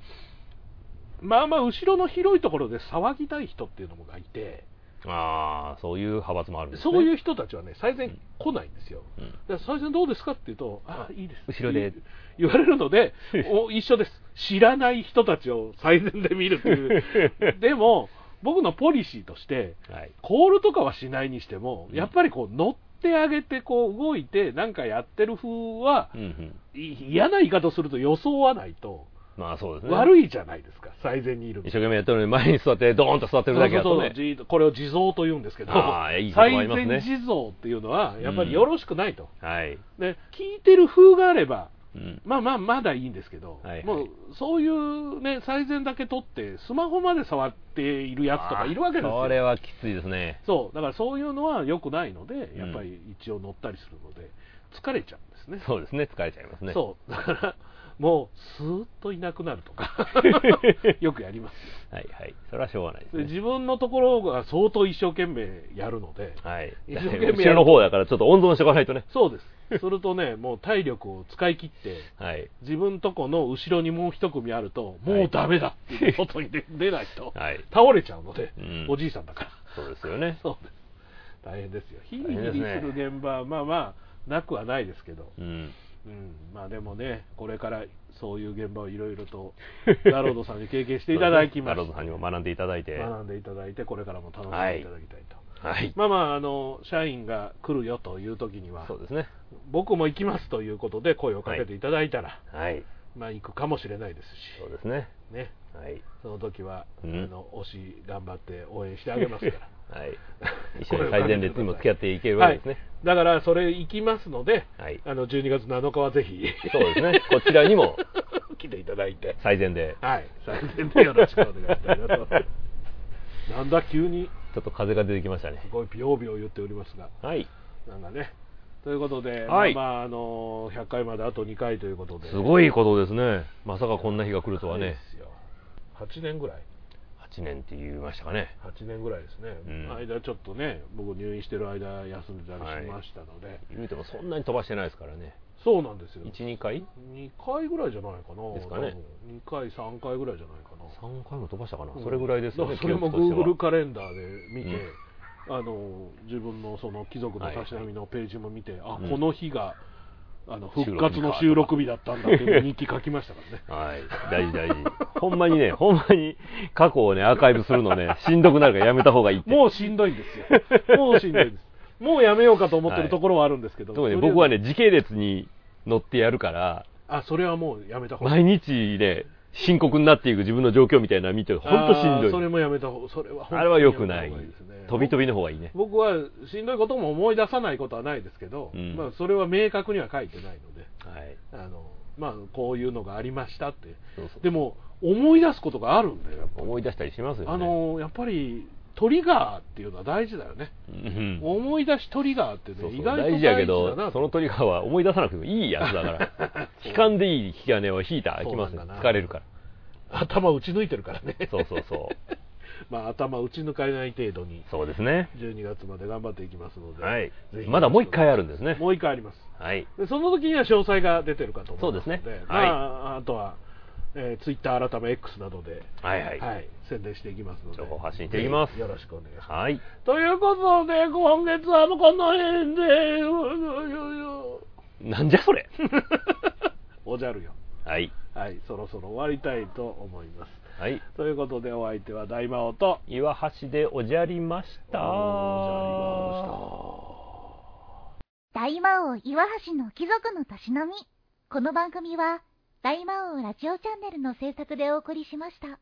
Speaker 1: まあまあ後ろの広いところで騒ぎたい人っていうのもがいて
Speaker 2: ああ、そういう派閥もあるんですね。。
Speaker 1: そういうう人たちはね最善来ないんですよ、
Speaker 2: うん。
Speaker 1: で最初どうですかって言うと、あいいです
Speaker 2: 後ろで
Speaker 1: って言う言われるの でお、一緒です、知らない人たちを最善で見るって いう、でも、僕のポリシーとして、
Speaker 2: はい。
Speaker 1: コールとかはしないにしても、
Speaker 2: うん
Speaker 1: やっぱりこう乗ってあげて、こう動いて、なんかやってる風は
Speaker 2: う、んうん。
Speaker 1: い嫌な言い方をすると装わないと、
Speaker 2: まあそうですね。
Speaker 1: 悪いじゃないですか、最善にいる
Speaker 2: 一生懸命やってるのに前に座ってドーンと座ってるだけだとね
Speaker 1: そうそうそうじこれを地蔵と言うんですけど、
Speaker 2: あーいい言葉あ
Speaker 1: 最
Speaker 2: りますね
Speaker 1: 善地蔵っていうのは、やっぱりよろしくないと。
Speaker 2: はい
Speaker 1: ね、聞いてる風があれば
Speaker 2: うん
Speaker 1: まあまあ、まだいいんですけど、
Speaker 2: はいはい
Speaker 1: もうそういうね、最善だけ取って、スマホまで触っているやつとかいるわけですよ。
Speaker 2: それはきついですね。
Speaker 1: そうだからそういうのは良くないので、
Speaker 2: ん
Speaker 1: やっぱり一応乗ったりするので、疲れちゃうんですね、
Speaker 2: そうですね、疲れちゃいますね。
Speaker 1: そうだから、もうスーッといなくなると か、よくやります
Speaker 2: はいはい。それはしょうがないです
Speaker 1: よで
Speaker 2: ね。
Speaker 1: 自分のところが相当一生懸命やるので、
Speaker 2: はい。
Speaker 1: 一生懸命やる
Speaker 2: 後ろの方だからちょっと温存しておかないとね。
Speaker 1: そうです、するとね、もう体力を使い切って、
Speaker 2: はい。
Speaker 1: 自分とこの後ろにもう一組あると、
Speaker 2: はい
Speaker 1: もうダメだっていうことに出出ないと、
Speaker 2: はい。
Speaker 1: 倒れちゃうので、
Speaker 2: うん
Speaker 1: おじいさんだから。
Speaker 2: そうですよね。
Speaker 1: そうです大変ですよ、ヒリヒ
Speaker 2: 大変です
Speaker 1: リす
Speaker 2: ね
Speaker 1: る現場は、まあまあ、なくはないですけど、
Speaker 2: うん。
Speaker 1: うん、まあでもね、これからそういう現場をいろいろ と、ダロードさんに経験していただきま
Speaker 2: な
Speaker 1: し
Speaker 2: るほど
Speaker 1: て、
Speaker 2: さんにも学んでいただいて。は
Speaker 1: 学んでいただいて、これからも楽しんでいただきたいと。
Speaker 2: い。
Speaker 1: まあまあ、あの社員が来るよという時には
Speaker 2: そうですね。
Speaker 1: 僕も行きますということで声をかけていただいたら、
Speaker 2: はい。
Speaker 1: まあ行くかもしれないです
Speaker 2: そうですね。
Speaker 1: し、ね、
Speaker 2: はい。
Speaker 1: その時は、
Speaker 2: うん
Speaker 1: あの推し頑張って応援してあげますから
Speaker 2: はい。 一緒に最前列にも付き合っていける わ
Speaker 1: は
Speaker 2: け
Speaker 1: い
Speaker 2: ですね。
Speaker 1: だからそれ行きますので、
Speaker 2: はい。
Speaker 1: あの12月7日はぜひ
Speaker 2: そうですね。こちらにも
Speaker 1: 来ていただいて、
Speaker 2: 最前で。
Speaker 1: はい、最善でよろしくお願いしたいなと。 なんだ急に
Speaker 2: ちょっと風が出てきましたね
Speaker 1: す。ごいビョービョー言っておりますが、
Speaker 2: はい。
Speaker 1: なんかね。ということで、
Speaker 2: はい
Speaker 1: まあまあ、あの100回まであと2回ということで、
Speaker 2: すご
Speaker 1: い
Speaker 2: いことですね。まさかこんな日が来るとは
Speaker 1: で
Speaker 2: ね。
Speaker 1: すよ。8年ぐらい、
Speaker 2: 8年って言いましたかね。
Speaker 1: 8年ぐらいですね、
Speaker 2: うん
Speaker 1: 間ちょっとね、僕、入院してる間、休んでたりしましたので、
Speaker 2: 言うてもそんなに飛ばしてないですからね。
Speaker 1: そうなんですよ、
Speaker 2: 1、2回
Speaker 1: 2回ぐらいじゃないかな、
Speaker 2: ですかね
Speaker 1: 2回、3回ぐらいじゃないかな。
Speaker 2: 3回も飛ばしたかな、
Speaker 1: うん
Speaker 2: それぐらいですよね
Speaker 1: だからそれも
Speaker 2: 記憶としては
Speaker 1: Google カレンダーで見て、あの自分のその貴族のたしなみのページも見て、
Speaker 2: うん
Speaker 1: あこの日があの
Speaker 2: 収録日
Speaker 1: 復
Speaker 2: か。
Speaker 1: 活の収録日だったんだっていう日記書きましたからね
Speaker 2: はい大事大事ほんまにねほんまに過去をねアーカイブする のねしんどくなるからやめた方がいいって
Speaker 1: もうしんどいんですよ。もうしんどいです。もうやめようかと思ってるところはあるんですけど、
Speaker 2: 特に
Speaker 1: とりあえず
Speaker 2: 僕はね時系列に乗ってやるから
Speaker 1: あそれはもうやめた方がいい。
Speaker 2: 毎日ね深刻になっていく自分の状況みたいなの見てるとほんとしん
Speaker 1: あーそれ
Speaker 2: どい
Speaker 1: もやめた方それは本当に
Speaker 2: あれは良くない
Speaker 1: やめた方がですね
Speaker 2: 飛び飛びの方がいいね
Speaker 1: 僕はしんどいことも思い出さないことはないですけど、
Speaker 2: うん
Speaker 1: まあ、それは明確には書いてないので、
Speaker 2: はい
Speaker 1: あのまあ、こういうのがありましたって、
Speaker 2: そうそう
Speaker 1: でも思い出すことがあるんだよ、やっぱ
Speaker 2: 思い出したりしますよね
Speaker 1: あのやっぱりトリガーっていうのは大事だよね、
Speaker 2: うん
Speaker 1: 思い出しトリガーってね、
Speaker 2: そうそう
Speaker 1: 意外と
Speaker 2: 大
Speaker 1: 大
Speaker 2: 事やけ
Speaker 1: 事だ
Speaker 2: ど
Speaker 1: な
Speaker 2: そのトリガーは思い出さなくてもいいやつだから 悲観でいい引き金を引いたら来ますよ
Speaker 1: そうなんだな
Speaker 2: 疲れるから
Speaker 1: 頭打ち抜いてるからね、
Speaker 2: そうそうそう。
Speaker 1: まあ、頭打ち抜かれない程度に、
Speaker 2: そうですね。
Speaker 1: 12月まで頑張っていきますので、
Speaker 2: はい
Speaker 1: ぜ。ひ
Speaker 2: まだもう一回あるんですね。
Speaker 1: もう一回あります。
Speaker 2: はい。
Speaker 1: でその時には詳細が出てるかと思いますので
Speaker 2: そうですね
Speaker 1: まああとは、えー、ツイッター改め X などで、
Speaker 2: はいはい
Speaker 1: 宣伝していきますので
Speaker 2: 情報発信していきます
Speaker 1: ぜひよろしくお願いします、
Speaker 2: はい。
Speaker 1: ということで今月はこの辺でううううう
Speaker 2: なんじゃそ れ。
Speaker 1: おじゃるよ
Speaker 2: はい。
Speaker 1: はいそろそろ終わりたいと思います
Speaker 2: はい。
Speaker 1: ということでお相手は大魔王と
Speaker 2: 岩橋でおじゃりました。
Speaker 1: おじゃりました
Speaker 3: 大魔王岩橋の貴族のたしなみこの番組は大魔王ラジオチャンネルの制作でお送りしました